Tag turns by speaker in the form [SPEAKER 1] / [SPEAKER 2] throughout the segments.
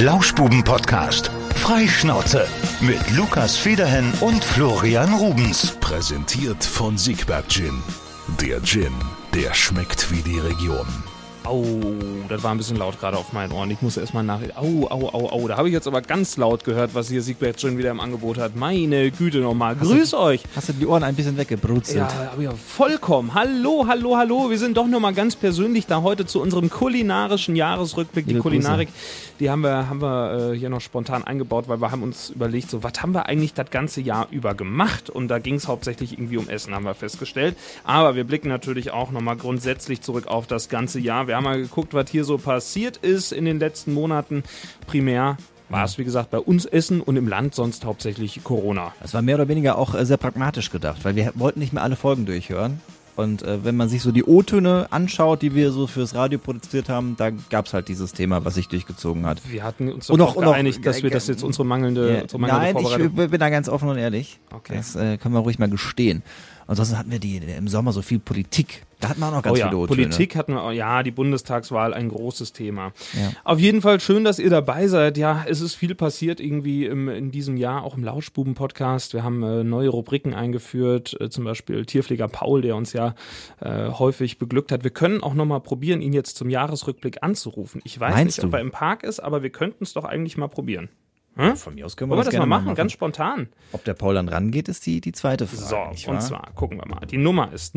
[SPEAKER 1] Lauschbuben-Podcast. Freischnauze. Mit Lukas Federhen und Florian Rubens.
[SPEAKER 2] Präsentiert von Siegberg Gin. Der Gin, der schmeckt wie die Region.
[SPEAKER 3] Au, das war ein bisschen laut gerade auf meinen Ohren. Ich muss erstmal nach. Au, au, au, au. Da habe ich jetzt aber ganz laut gehört, was hier Siegbert schon wieder im Angebot hat. Meine Güte nochmal. Grüß euch.
[SPEAKER 4] Hast du die Ohren ein bisschen weggebrutzelt?
[SPEAKER 3] Ja, aber ja, vollkommen. Hallo, hallo, hallo. Wir sind doch nochmal ganz persönlich da heute zu unserem kulinarischen Jahresrückblick. Die
[SPEAKER 4] Liebe Grüße.
[SPEAKER 3] Kulinarik, die haben wir, haben wir äh, hier noch spontan eingebaut, weil wir haben uns überlegt, so, was haben wir eigentlich das ganze Jahr über gemacht? Und da ging es hauptsächlich irgendwie um Essen, haben wir festgestellt. Aber wir blicken natürlich auch nochmal grundsätzlich zurück auf das ganze Jahr. Wir haben mal geguckt, was hier so passiert ist in den letzten Monaten. Primär war es, wie gesagt, bei uns Essen und im Land sonst hauptsächlich Corona.
[SPEAKER 4] Das war mehr oder weniger auch äh, sehr pragmatisch gedacht, weil wir wollten nicht mehr alle Folgen durchhören. Und äh, wenn man sich so die O-Töne anschaut, die wir so fürs Radio produziert haben, da gab's halt dieses Thema, was sich durchgezogen hat.
[SPEAKER 3] Wir hatten uns
[SPEAKER 4] Und
[SPEAKER 3] darauf
[SPEAKER 4] auch- und auch-
[SPEAKER 3] geeinigt, dass wir das jetzt unsere mangelnde,
[SPEAKER 4] Ja,
[SPEAKER 3] unsere mangelnde
[SPEAKER 4] Nein, ich
[SPEAKER 3] Äh, Vorbereitung.
[SPEAKER 4] b- bin da ganz offen und ehrlich.
[SPEAKER 3] Okay.
[SPEAKER 4] Das äh, können wir ruhig mal gestehen. Ansonsten hatten wir die äh, im Sommer so viel Politik. Da hatten wir auch noch ganz
[SPEAKER 3] Oh ja,
[SPEAKER 4] viele O-Töne.
[SPEAKER 3] Politik hatten wir, auch- ja, die Bundestagswahl ein großes Thema.
[SPEAKER 4] Ja.
[SPEAKER 3] Auf jeden Fall schön, dass ihr dabei seid. Ja, es ist viel passiert irgendwie im, in diesem Jahr, auch im Lauschbuben-Podcast. Wir haben äh, neue Rubriken eingeführt, äh, zum Beispiel Tierpfleger Paul, der uns ja äh, häufig beglückt hat. Wir können auch nochmal probieren, ihn jetzt zum Jahresrückblick anzurufen. Ich weiß
[SPEAKER 4] Meinst
[SPEAKER 3] nicht, ob
[SPEAKER 4] du?
[SPEAKER 3] er im Park ist, aber wir könnten es doch eigentlich mal probieren.
[SPEAKER 4] Von mir aus können wir
[SPEAKER 3] Wollen wir
[SPEAKER 4] das
[SPEAKER 3] das
[SPEAKER 4] gerne
[SPEAKER 3] mal machen? Ganz spontan.
[SPEAKER 4] Ob der Paul dann rangeht, ist die, die zweite Frage.
[SPEAKER 3] So,
[SPEAKER 4] nicht
[SPEAKER 3] und
[SPEAKER 4] wahr?
[SPEAKER 3] zwar gucken wir mal. Die Nummer ist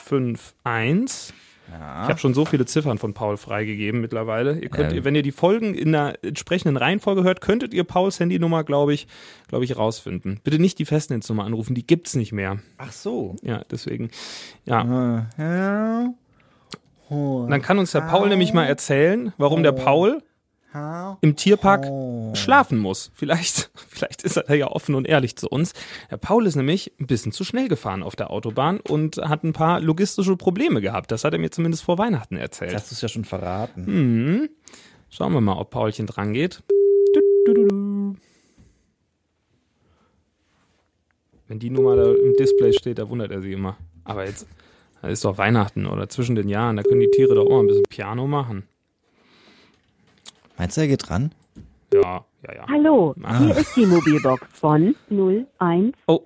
[SPEAKER 3] 0151. Ich habe schon so viele Ziffern von Paul freigegeben mittlerweile. Ihr könnt,
[SPEAKER 4] Ja.
[SPEAKER 3] ihr- wenn ihr die Folgen in der entsprechenden Reihenfolge hört, könntet ihr Pauls Handynummer, glaube ich, glaube ich, rausfinden. Bitte nicht die Festnetznummer anrufen, die gibt's nicht mehr.
[SPEAKER 4] Ach so.
[SPEAKER 3] Ja, deswegen.
[SPEAKER 4] Ah.
[SPEAKER 3] Ja,
[SPEAKER 4] Ja.
[SPEAKER 3] dann kann uns der Paul nämlich mal erzählen, warum der Paul im Tierpark schlafen muss. Vielleicht, vielleicht ist er da ja offen und ehrlich zu uns. Herr Paul ist nämlich ein bisschen zu schnell gefahren auf der Autobahn und hat ein paar logistische Probleme gehabt. Das hat er mir zumindest vor Weihnachten erzählt.
[SPEAKER 4] Hast du es ja schon verraten.
[SPEAKER 3] Hm. Schauen wir mal, ob Paulchen dran geht. Wenn die Nummer da im Display steht, da wundert er sich immer. Aber jetzt das ist doch Weihnachten oder zwischen den Jahren, da können die Tiere doch immer ein bisschen Piano machen.
[SPEAKER 4] Meinst du, er geht ran?
[SPEAKER 3] Ja, ja, ja.
[SPEAKER 5] Hallo, hier ist die Mobilbox von 0151.
[SPEAKER 3] Oh.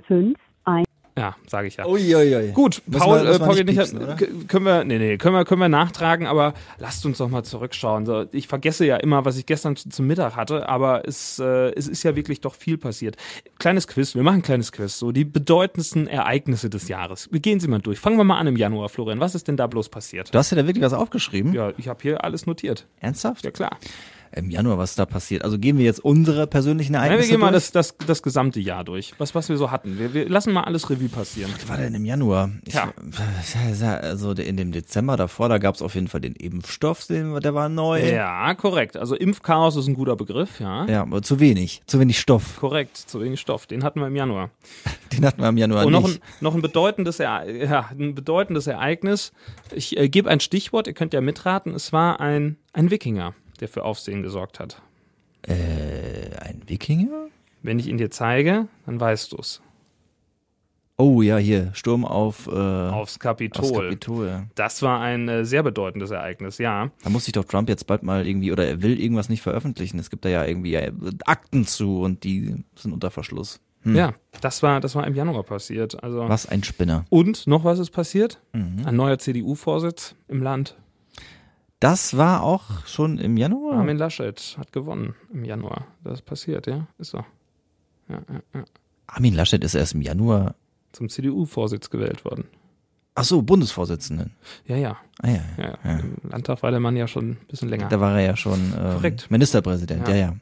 [SPEAKER 3] Ja, sage ich ja.
[SPEAKER 4] Uiuiui.
[SPEAKER 3] Gut,
[SPEAKER 4] Oh, Müssen
[SPEAKER 3] Paul,
[SPEAKER 4] wir-
[SPEAKER 3] äh,
[SPEAKER 4] müssen wir
[SPEAKER 3] Paul
[SPEAKER 4] nicht
[SPEAKER 3] nicht
[SPEAKER 4] piepsen, oder?
[SPEAKER 3] k- können wir, nee, nee, können wir, können wir nachtragen, aber lasst uns doch mal zurückschauen. So, ich vergesse ja immer, was ich gestern zu- zum Mittag hatte, aber es, äh, es ist ja wirklich doch viel passiert. Kleines Quiz, wir machen ein kleines Quiz, so die bedeutendsten Ereignisse des Jahres. Wir gehen sie mal durch. Fangen wir mal an im Januar, Florian. Was ist denn da bloß passiert?
[SPEAKER 4] Du hast dir da wirklich was aufgeschrieben?
[SPEAKER 3] Ja, ich habe hier alles notiert.
[SPEAKER 4] Ernsthaft?
[SPEAKER 3] Ja, klar.
[SPEAKER 4] Im Januar, was da passiert. Also gehen wir jetzt unsere persönlichen
[SPEAKER 3] Nein,
[SPEAKER 4] Ereignisse
[SPEAKER 3] wir gehen mal
[SPEAKER 4] durch?
[SPEAKER 3] das, das, das gesamte Jahr durch, was, was wir so hatten. Wir, wir lassen mal alles Revue passieren.
[SPEAKER 4] Was war denn im Januar? Ich,
[SPEAKER 3] Tja.
[SPEAKER 4] also in dem Dezember davor, da gab es auf jeden Fall den Impfstoff, den, der war neu.
[SPEAKER 3] Ja, korrekt. Also Impfchaos ist ein guter Begriff, ja.
[SPEAKER 4] Ja, aber zu wenig, zu wenig Stoff.
[SPEAKER 3] Korrekt, zu wenig Stoff. Den hatten wir im Januar.
[SPEAKER 4] Den hatten wir im Januar
[SPEAKER 3] Und noch ein,
[SPEAKER 4] nicht.
[SPEAKER 3] noch ein, bedeutendes, Ere ja, ein bedeutendes Ereignis. Ich äh, gebe ein Stichwort, ihr könnt ja mitraten. Es war ein, ein Wikinger, der für Aufsehen gesorgt hat.
[SPEAKER 4] Äh, ein Wikinger?
[SPEAKER 3] Wenn ich ihn dir zeige, dann weißt du es.
[SPEAKER 4] Oh ja, hier, Sturm auf, äh, aufs
[SPEAKER 3] Aufs Kapitol.
[SPEAKER 4] Kapitol.
[SPEAKER 3] Das war ein äh, sehr bedeutendes Ereignis, ja.
[SPEAKER 4] Da muss sich doch Trump jetzt bald mal irgendwie, oder er will irgendwas nicht veröffentlichen. Es gibt da ja irgendwie äh, Akten zu und die sind unter Verschluss.
[SPEAKER 3] Ja, das war, das war im Januar passiert. Also.
[SPEAKER 4] Was ein Spinner.
[SPEAKER 3] Und noch was ist passiert? Ein neuer CDU-Vorsitz im Land.
[SPEAKER 4] Das war auch schon im Januar.
[SPEAKER 3] Armin Laschet hat gewonnen im Januar. Das ist passiert, ja. Ist so.
[SPEAKER 4] Armin Laschet ist erst im Januar.
[SPEAKER 3] Zum CDU-Vorsitz gewählt worden.
[SPEAKER 4] Ach so, Bundesvorsitzenden.
[SPEAKER 3] Ja, ja.
[SPEAKER 4] Ah ja.
[SPEAKER 3] Ja, ja. Im Landtag war der Mann ja schon ein bisschen länger.
[SPEAKER 4] Da war er ja schon ähm,
[SPEAKER 3] Korrekt.
[SPEAKER 4] Ministerpräsident.
[SPEAKER 3] Ja.
[SPEAKER 4] Ja. ja,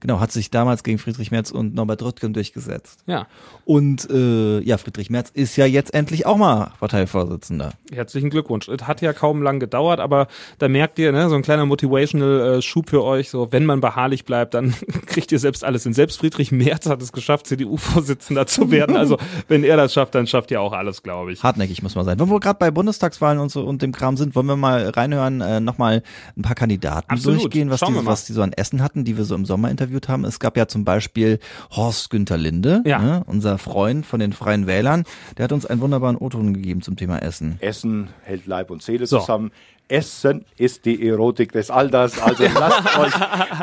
[SPEAKER 4] Genau, hat sich damals gegen Friedrich Merz und Norbert Röttgen durchgesetzt.
[SPEAKER 3] Ja,
[SPEAKER 4] Und äh, ja, Friedrich Merz ist ja jetzt endlich auch mal Parteivorsitzender.
[SPEAKER 3] herzlichen Glückwunsch. Es hat ja kaum lang gedauert, aber da merkt ihr, ne, so ein kleiner Motivational-Schub für euch, so wenn man beharrlich bleibt, dann kriegt ihr selbst alles hin. Selbst Friedrich Merz hat es geschafft, CDU-Vorsitzender zu werden. Also wenn er das schafft, dann schafft ihr auch alles, glaube ich.
[SPEAKER 4] Hartnäckig muss man sein. Wenn wir gerade bei Bundestagswahlen und so und dem Kram sind, wollen wir mal reinhören, äh, nochmal ein paar Kandidaten
[SPEAKER 3] Absolut.
[SPEAKER 4] durchgehen, was
[SPEAKER 3] Schauen
[SPEAKER 4] die,
[SPEAKER 3] wir mal.
[SPEAKER 4] was die so an Essen hatten, die wir so im Sommer interviewt haben. Es gab ja zum Beispiel Horst Günther Linde,
[SPEAKER 3] Ja.
[SPEAKER 4] ne, unser Freund von den Freien Wählern, der hat uns einen wunderbaren O-Ton gegeben zum Thema Essen.
[SPEAKER 6] Essen hält Leib und Seele
[SPEAKER 3] So.
[SPEAKER 6] zusammen. Essen ist die Erotik des Alters. Also lasst euch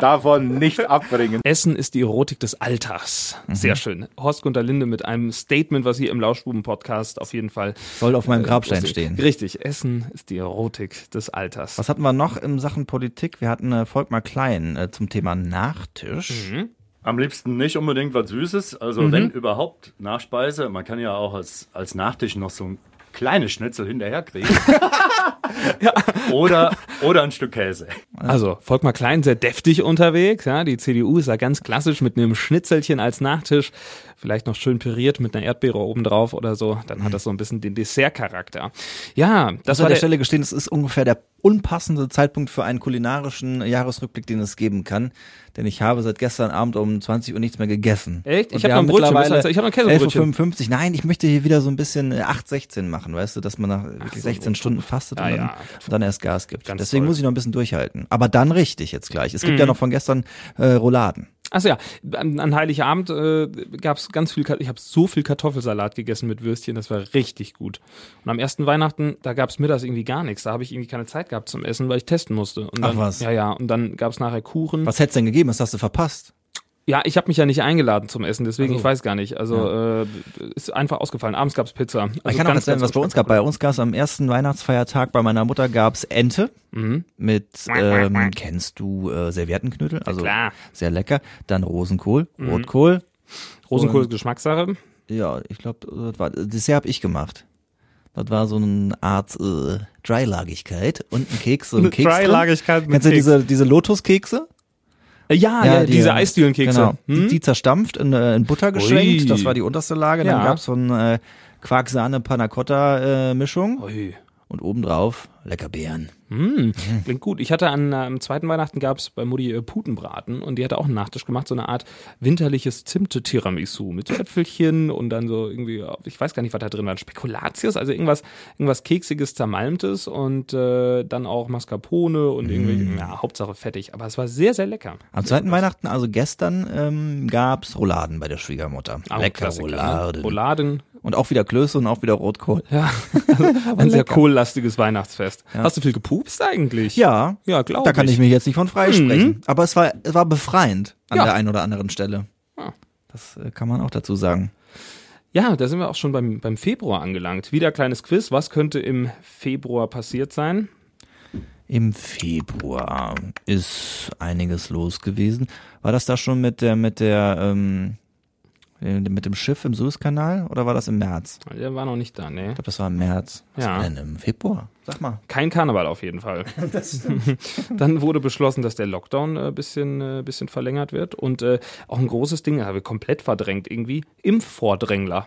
[SPEAKER 6] davon nicht abbringen.
[SPEAKER 3] Essen ist die Erotik des Alters. Sehr schön. Horst Gunter Linde mit einem Statement, was hier im Lauschbuben-Podcast auf jeden Fall.
[SPEAKER 4] Soll auf meinem Grabstein
[SPEAKER 3] Richtig.
[SPEAKER 4] stehen.
[SPEAKER 3] Richtig, Essen ist die Erotik des Alters.
[SPEAKER 4] Was hatten wir noch in Sachen Politik? Wir hatten äh, Volkmar Klein äh, zum Thema
[SPEAKER 3] Hm.
[SPEAKER 4] Nachtisch.
[SPEAKER 7] Am liebsten nicht unbedingt was Süßes, also
[SPEAKER 4] Mhm.
[SPEAKER 7] wenn überhaupt Nachspeise. Man kann ja auch als, als Nachtisch noch so ein kleines Schnitzel hinterher kriegen. oder, oder ein Stück Käse.
[SPEAKER 3] Also, Volkmar Klein sehr deftig unterwegs, ja. Die CDU ist ja ganz klassisch mit einem Schnitzelchen als Nachtisch, vielleicht noch schön püriert mit einer Erdbeere obendrauf oder so. Dann hat das so ein bisschen den Dessertcharakter. Ja, das
[SPEAKER 4] Das an
[SPEAKER 3] war
[SPEAKER 4] Hm. der
[SPEAKER 3] der,
[SPEAKER 4] Stelle gestehen, es ist ungefähr der unpassende Zeitpunkt für einen kulinarischen Jahresrückblick, den es geben kann. Denn ich habe seit gestern Abend um 20 Uhr nichts mehr gegessen.
[SPEAKER 3] Echt? Ich hab
[SPEAKER 4] Und wir
[SPEAKER 3] noch ein
[SPEAKER 4] haben
[SPEAKER 3] Brötchen,
[SPEAKER 4] mittlerweile
[SPEAKER 3] was hast du? Ich hab noch ein Käsebrötchen.
[SPEAKER 4] 11.55 Uhr. Nein, ich möchte hier wieder so ein bisschen äh, 8-16 machen, weißt du, dass man nach wirklich 16 Stunden fastet
[SPEAKER 3] Ja,
[SPEAKER 4] und, dann,
[SPEAKER 3] ja.
[SPEAKER 4] und dann erst Gas gibt.
[SPEAKER 3] Ganz
[SPEAKER 4] Deswegen
[SPEAKER 3] toll. Mhm.
[SPEAKER 4] muss ich noch ein bisschen durchhalten. Aber dann richtig jetzt gleich. Es gibt ja noch von gestern äh, Rouladen.
[SPEAKER 3] Achso ja, an, an Heiligabend äh, gab es ganz viel, Ka- ich habe so viel Kartoffelsalat gegessen mit Würstchen, das war richtig gut. Und am ersten Weihnachten, da gab es mittags irgendwie gar nichts, da habe ich irgendwie keine Zeit gehabt zum Essen, weil ich testen musste. Und
[SPEAKER 4] Ach
[SPEAKER 3] dann,
[SPEAKER 4] was.
[SPEAKER 3] Ja, ja, und dann gab es nachher Kuchen.
[SPEAKER 4] Was hätt's denn gegeben? Was hast du verpasst?
[SPEAKER 3] Ja, ich habe mich ja nicht eingeladen zum Essen, deswegen, ich weiß gar nicht. Also äh, ist einfach ausgefallen. Abends gab's Pizza. Also
[SPEAKER 4] ich kann auch erzählen, was bei uns gab. Bei uns gab es am ersten Weihnachtsfeiertag bei meiner Mutter gab's Ente
[SPEAKER 3] Mhm.
[SPEAKER 4] mit, ähm, kennst du äh, Serviettenknödel? Also
[SPEAKER 3] klar. Mhm.
[SPEAKER 4] sehr lecker. Dann Rosenkohl, Rotkohl.
[SPEAKER 3] Rosenkohl ist Geschmackssache.
[SPEAKER 4] Ja, ich glaube, das war Dessert habe ich gemacht. Das war so eine Art äh, Dreilagigkeit und ein Keks. So ein
[SPEAKER 3] Eine
[SPEAKER 4] Keks drin.
[SPEAKER 3] Dreilagigkeit halt mit
[SPEAKER 4] Kennst du
[SPEAKER 3] Keks.
[SPEAKER 4] diese, diese Lotuskekse?
[SPEAKER 3] Äh, ja, ja, diese Eisdülenkekse.
[SPEAKER 4] Genau. Die,
[SPEAKER 3] Hm?
[SPEAKER 4] die zerstampft in, äh, in Butter geschwenkt.
[SPEAKER 3] Ui.
[SPEAKER 4] Das war die unterste Lage.
[SPEAKER 3] Ja.
[SPEAKER 4] Dann gab's so eine äh, Quark-Sahne-Panacotta-Mischung.
[SPEAKER 3] Ui.
[SPEAKER 4] äh, und obendrauf lecker Beeren. Mhm.
[SPEAKER 3] Klingt gut. Ich hatte an äh, am zweiten Weihnachten gab's bei Mutti äh, Putenbraten und die hatte auch einen Nachtisch gemacht, so eine Art winterliches Zimte-Tiramisu mit so Äpfelchen und dann so irgendwie, äh, ich weiß gar nicht, was da drin war, Spekulatius, also irgendwas, irgendwas keksiges, zermalmtes und äh, dann auch Mascarpone und
[SPEAKER 4] Mhm.
[SPEAKER 3] irgendwie, ja, Hauptsache fettig. Aber es war sehr, sehr lecker.
[SPEAKER 4] Am zweiten Weihnachten, also gestern, ähm, gab's Rouladen bei der Schwiegermutter.
[SPEAKER 3] Auch ein
[SPEAKER 4] lecker
[SPEAKER 3] Klassiker, ne?
[SPEAKER 4] Rouladen.
[SPEAKER 3] Rouladen,
[SPEAKER 4] Und auch wieder Klöße und auch wieder Rotkohl.
[SPEAKER 3] Ja, ein sehr kohllastiges Weihnachtsfest. Hast du viel gepupst eigentlich?
[SPEAKER 4] Ja,
[SPEAKER 3] Ja, glaub
[SPEAKER 4] Da kann
[SPEAKER 3] ich.
[SPEAKER 4] ich. mich jetzt nicht von freisprechen. Aber es war, es war befreiend an
[SPEAKER 3] Ja. Ah.
[SPEAKER 4] der einen oder anderen Stelle.
[SPEAKER 3] Ja.
[SPEAKER 4] Das äh, kann man auch dazu sagen.
[SPEAKER 3] Ja, da sind wir auch schon beim, beim Februar angelangt. Wieder kleines Quiz. Was könnte im Februar passiert sein?
[SPEAKER 4] Im Februar ist einiges los gewesen. War das da schon mit der, mit der, ähm, äh, mit dem Schiff im Suezkanal oder war das im März? Ich
[SPEAKER 3] Der war noch nicht da, ne?
[SPEAKER 4] glaube, das war im März. Was
[SPEAKER 3] Ja.
[SPEAKER 4] war denn im Februar? Sag mal.
[SPEAKER 3] Kein Karneval auf jeden Fall. Dann wurde beschlossen, dass der Lockdown ein äh, bisschen, äh, bisschen verlängert wird. Und äh, auch ein großes Ding, haben wir komplett verdrängt irgendwie, Impfvordrängler.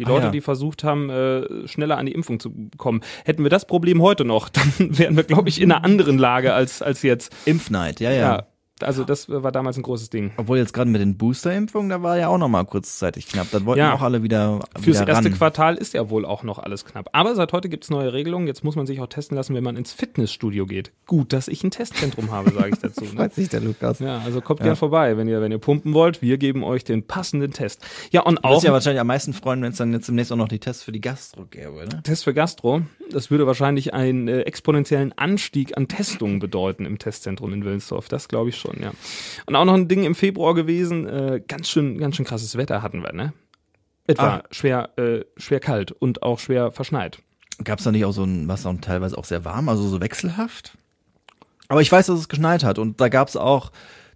[SPEAKER 3] Die
[SPEAKER 4] Ah,
[SPEAKER 3] Leute,
[SPEAKER 4] ja.
[SPEAKER 3] die versucht haben, äh, schneller an die Impfung zu kommen. Hätten wir das Problem heute noch, dann wären wir, glaube ich, in einer anderen Lage als, als jetzt.
[SPEAKER 4] Impfneid, ja, ja.
[SPEAKER 3] Ja. Also das war damals ein großes Ding.
[SPEAKER 4] Obwohl jetzt gerade mit den Booster-Impfungen, da war ja auch nochmal kurzzeitig knapp. Dann wollten
[SPEAKER 3] Ja.
[SPEAKER 4] auch alle wieder
[SPEAKER 3] Fürs
[SPEAKER 4] wieder
[SPEAKER 3] erste
[SPEAKER 4] ran.
[SPEAKER 3] Quartal ist ja wohl auch noch alles knapp. Aber seit heute gibt's neue Regelungen. Jetzt muss man sich auch testen lassen, wenn man ins Fitnessstudio geht. Gut, dass ich ein Testzentrum habe, sage ich dazu. Ne?
[SPEAKER 4] Freut sich der Lukas.
[SPEAKER 3] Ja, also kommt gern vorbei, wenn ihr, wenn ihr pumpen wollt. Wir geben euch den passenden Test. Ja, und
[SPEAKER 4] Würde
[SPEAKER 3] auch
[SPEAKER 4] sich ja wahrscheinlich am meisten freuen, wenn es dann jetzt demnächst auch noch die Tests für die Gastro gäbe, ne?
[SPEAKER 3] Test für Gastro. Das würde wahrscheinlich einen äh, exponentiellen Anstieg an Testungen bedeuten im Testzentrum in Wilnsdorf. Das glaube ich schon, ja. Und auch noch ein Ding im Februar gewesen. Äh, ganz schön, ganz schön krasses Wetter hatten wir, ne? Etwa schwer, äh, schwer kalt und auch schwer verschneit.
[SPEAKER 4] Gab es da nicht auch so ein, was dann teilweise auch sehr warm, also so wechselhaft? Aber ich weiß, dass es geschneit hat und da gab es auch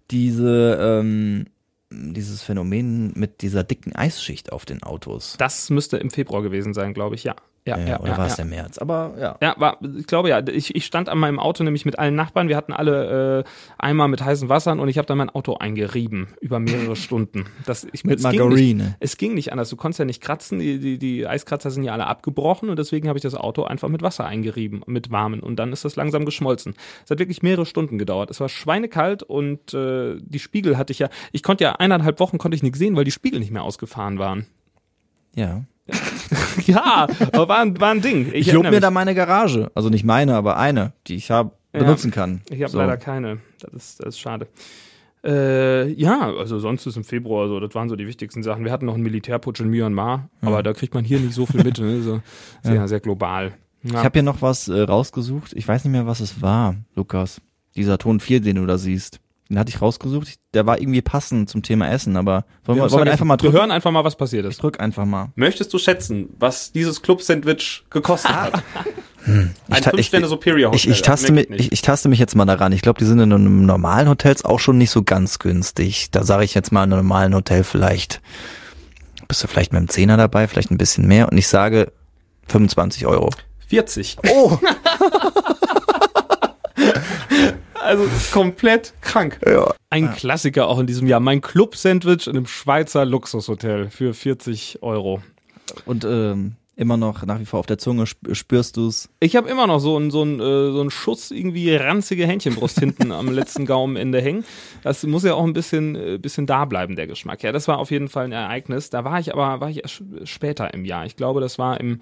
[SPEAKER 4] diese, ähm, dieses Phänomen mit dieser dicken Eisschicht auf den Autos.
[SPEAKER 3] Das müsste im Februar gewesen sein, glaube ich, ja. Ja, ja,
[SPEAKER 4] oder
[SPEAKER 3] ja,
[SPEAKER 4] war
[SPEAKER 3] ja.
[SPEAKER 4] es der März? Aber ja.
[SPEAKER 3] Ja, war, ich glaube ja. Ich, ich stand an meinem Auto nämlich mit allen Nachbarn. Wir hatten alle äh, einmal mit heißen Wassern und ich habe dann mein Auto eingerieben über mehrere Stunden. Das, ich,
[SPEAKER 4] Mit
[SPEAKER 3] es ging
[SPEAKER 4] Margarine.
[SPEAKER 3] Nicht, es ging nicht anders. Du konntest ja nicht kratzen. Die, die, die Eiskratzer sind ja alle abgebrochen und deswegen habe ich das Auto einfach mit Wasser eingerieben, mit warmen. Und dann ist das langsam geschmolzen. Es hat wirklich mehrere Stunden gedauert. Es war schweinekalt und äh, die Spiegel hatte ich ja. Ich konnte ja eineinhalb Wochen konnte ich nichts sehen, weil die Spiegel nicht mehr ausgefahren waren.
[SPEAKER 4] ja.
[SPEAKER 3] Ja, aber war, ein- war ein Ding.
[SPEAKER 4] Ich lob
[SPEAKER 3] erinnere
[SPEAKER 4] mir da meine Garage. Also nicht meine, aber eine, die ich habe benutzen kann.
[SPEAKER 3] Ich habe
[SPEAKER 4] So.
[SPEAKER 3] leider keine. Das ist, das ist schade. Äh, ja, also sonst ist im Februar so, das waren so die wichtigsten Sachen.
[SPEAKER 4] Mhm.
[SPEAKER 3] Wir hatten noch einen Militärputsch in Myanmar, aber da kriegt man hier nicht so viel mit. Ne? So, sehr, sehr global.
[SPEAKER 4] Ich habe hier noch was äh, rausgesucht. Ich weiß nicht mehr, was es war, Lukas. Dieser Ton 4, den du da siehst. Den hatte ich rausgesucht. Ich- Der war irgendwie passend zum Thema Essen, aber wollen wir, wollen wir den einfach mal
[SPEAKER 3] Wir
[SPEAKER 4] drücken?
[SPEAKER 3] hören einfach mal, was passiert
[SPEAKER 4] Ich
[SPEAKER 3] ist.
[SPEAKER 4] drück einfach mal.
[SPEAKER 8] Möchtest du schätzen, was dieses Club-Sandwich gekostet hat? Ein
[SPEAKER 4] Ah. Hm. ta-
[SPEAKER 8] Fünf-Sterne Superior
[SPEAKER 4] ich,
[SPEAKER 8] Hotel.
[SPEAKER 4] ich, taste
[SPEAKER 8] Mehr
[SPEAKER 4] mich,
[SPEAKER 8] geht nicht.
[SPEAKER 4] ich, ich taste mich jetzt mal daran. Ich glaube, die sind in einem normalen Hotels auch schon nicht so ganz günstig. Da sage ich jetzt mal, in einem normalen Hotel vielleicht, bist du vielleicht mit einem Zehner dabei, vielleicht ein bisschen mehr. Und ich sage 25 Euro.
[SPEAKER 8] 40.
[SPEAKER 4] Oh,
[SPEAKER 8] Also komplett krank.
[SPEAKER 3] Ein Klassiker auch in diesem Jahr. Mein Club-Sandwich in einem Schweizer Luxushotel für 40 Euro.
[SPEAKER 4] und ähm, immer noch nach wie vor auf der Zunge sp- spürst du's.
[SPEAKER 3] Ich habe immer noch so einen so einen, äh, so einen Schuss irgendwie ranzige Hähnchenbrust hinten am letzten Gaumenende hängen. Das muss ja auch ein bisschen äh, bisschen da bleiben der Geschmack. Ja, das war auf jeden Fall ein Ereignis. Da war ich aber war ich erst später im Jahr. Ich glaube, das war im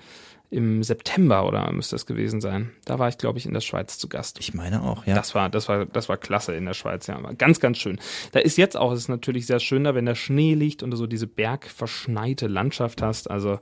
[SPEAKER 3] im September oder müsste das gewesen sein. Da war ich glaube ich in der Schweiz zu Gast.
[SPEAKER 4] Ich meine auch, ja.
[SPEAKER 3] Das war, das war, das war klasse in der Schweiz, ja. War ganz, ganz schön. Da ist jetzt auch, es ist natürlich sehr schön da, wenn der Schnee liegt und du so diese bergverschneite Landschaft hast. Also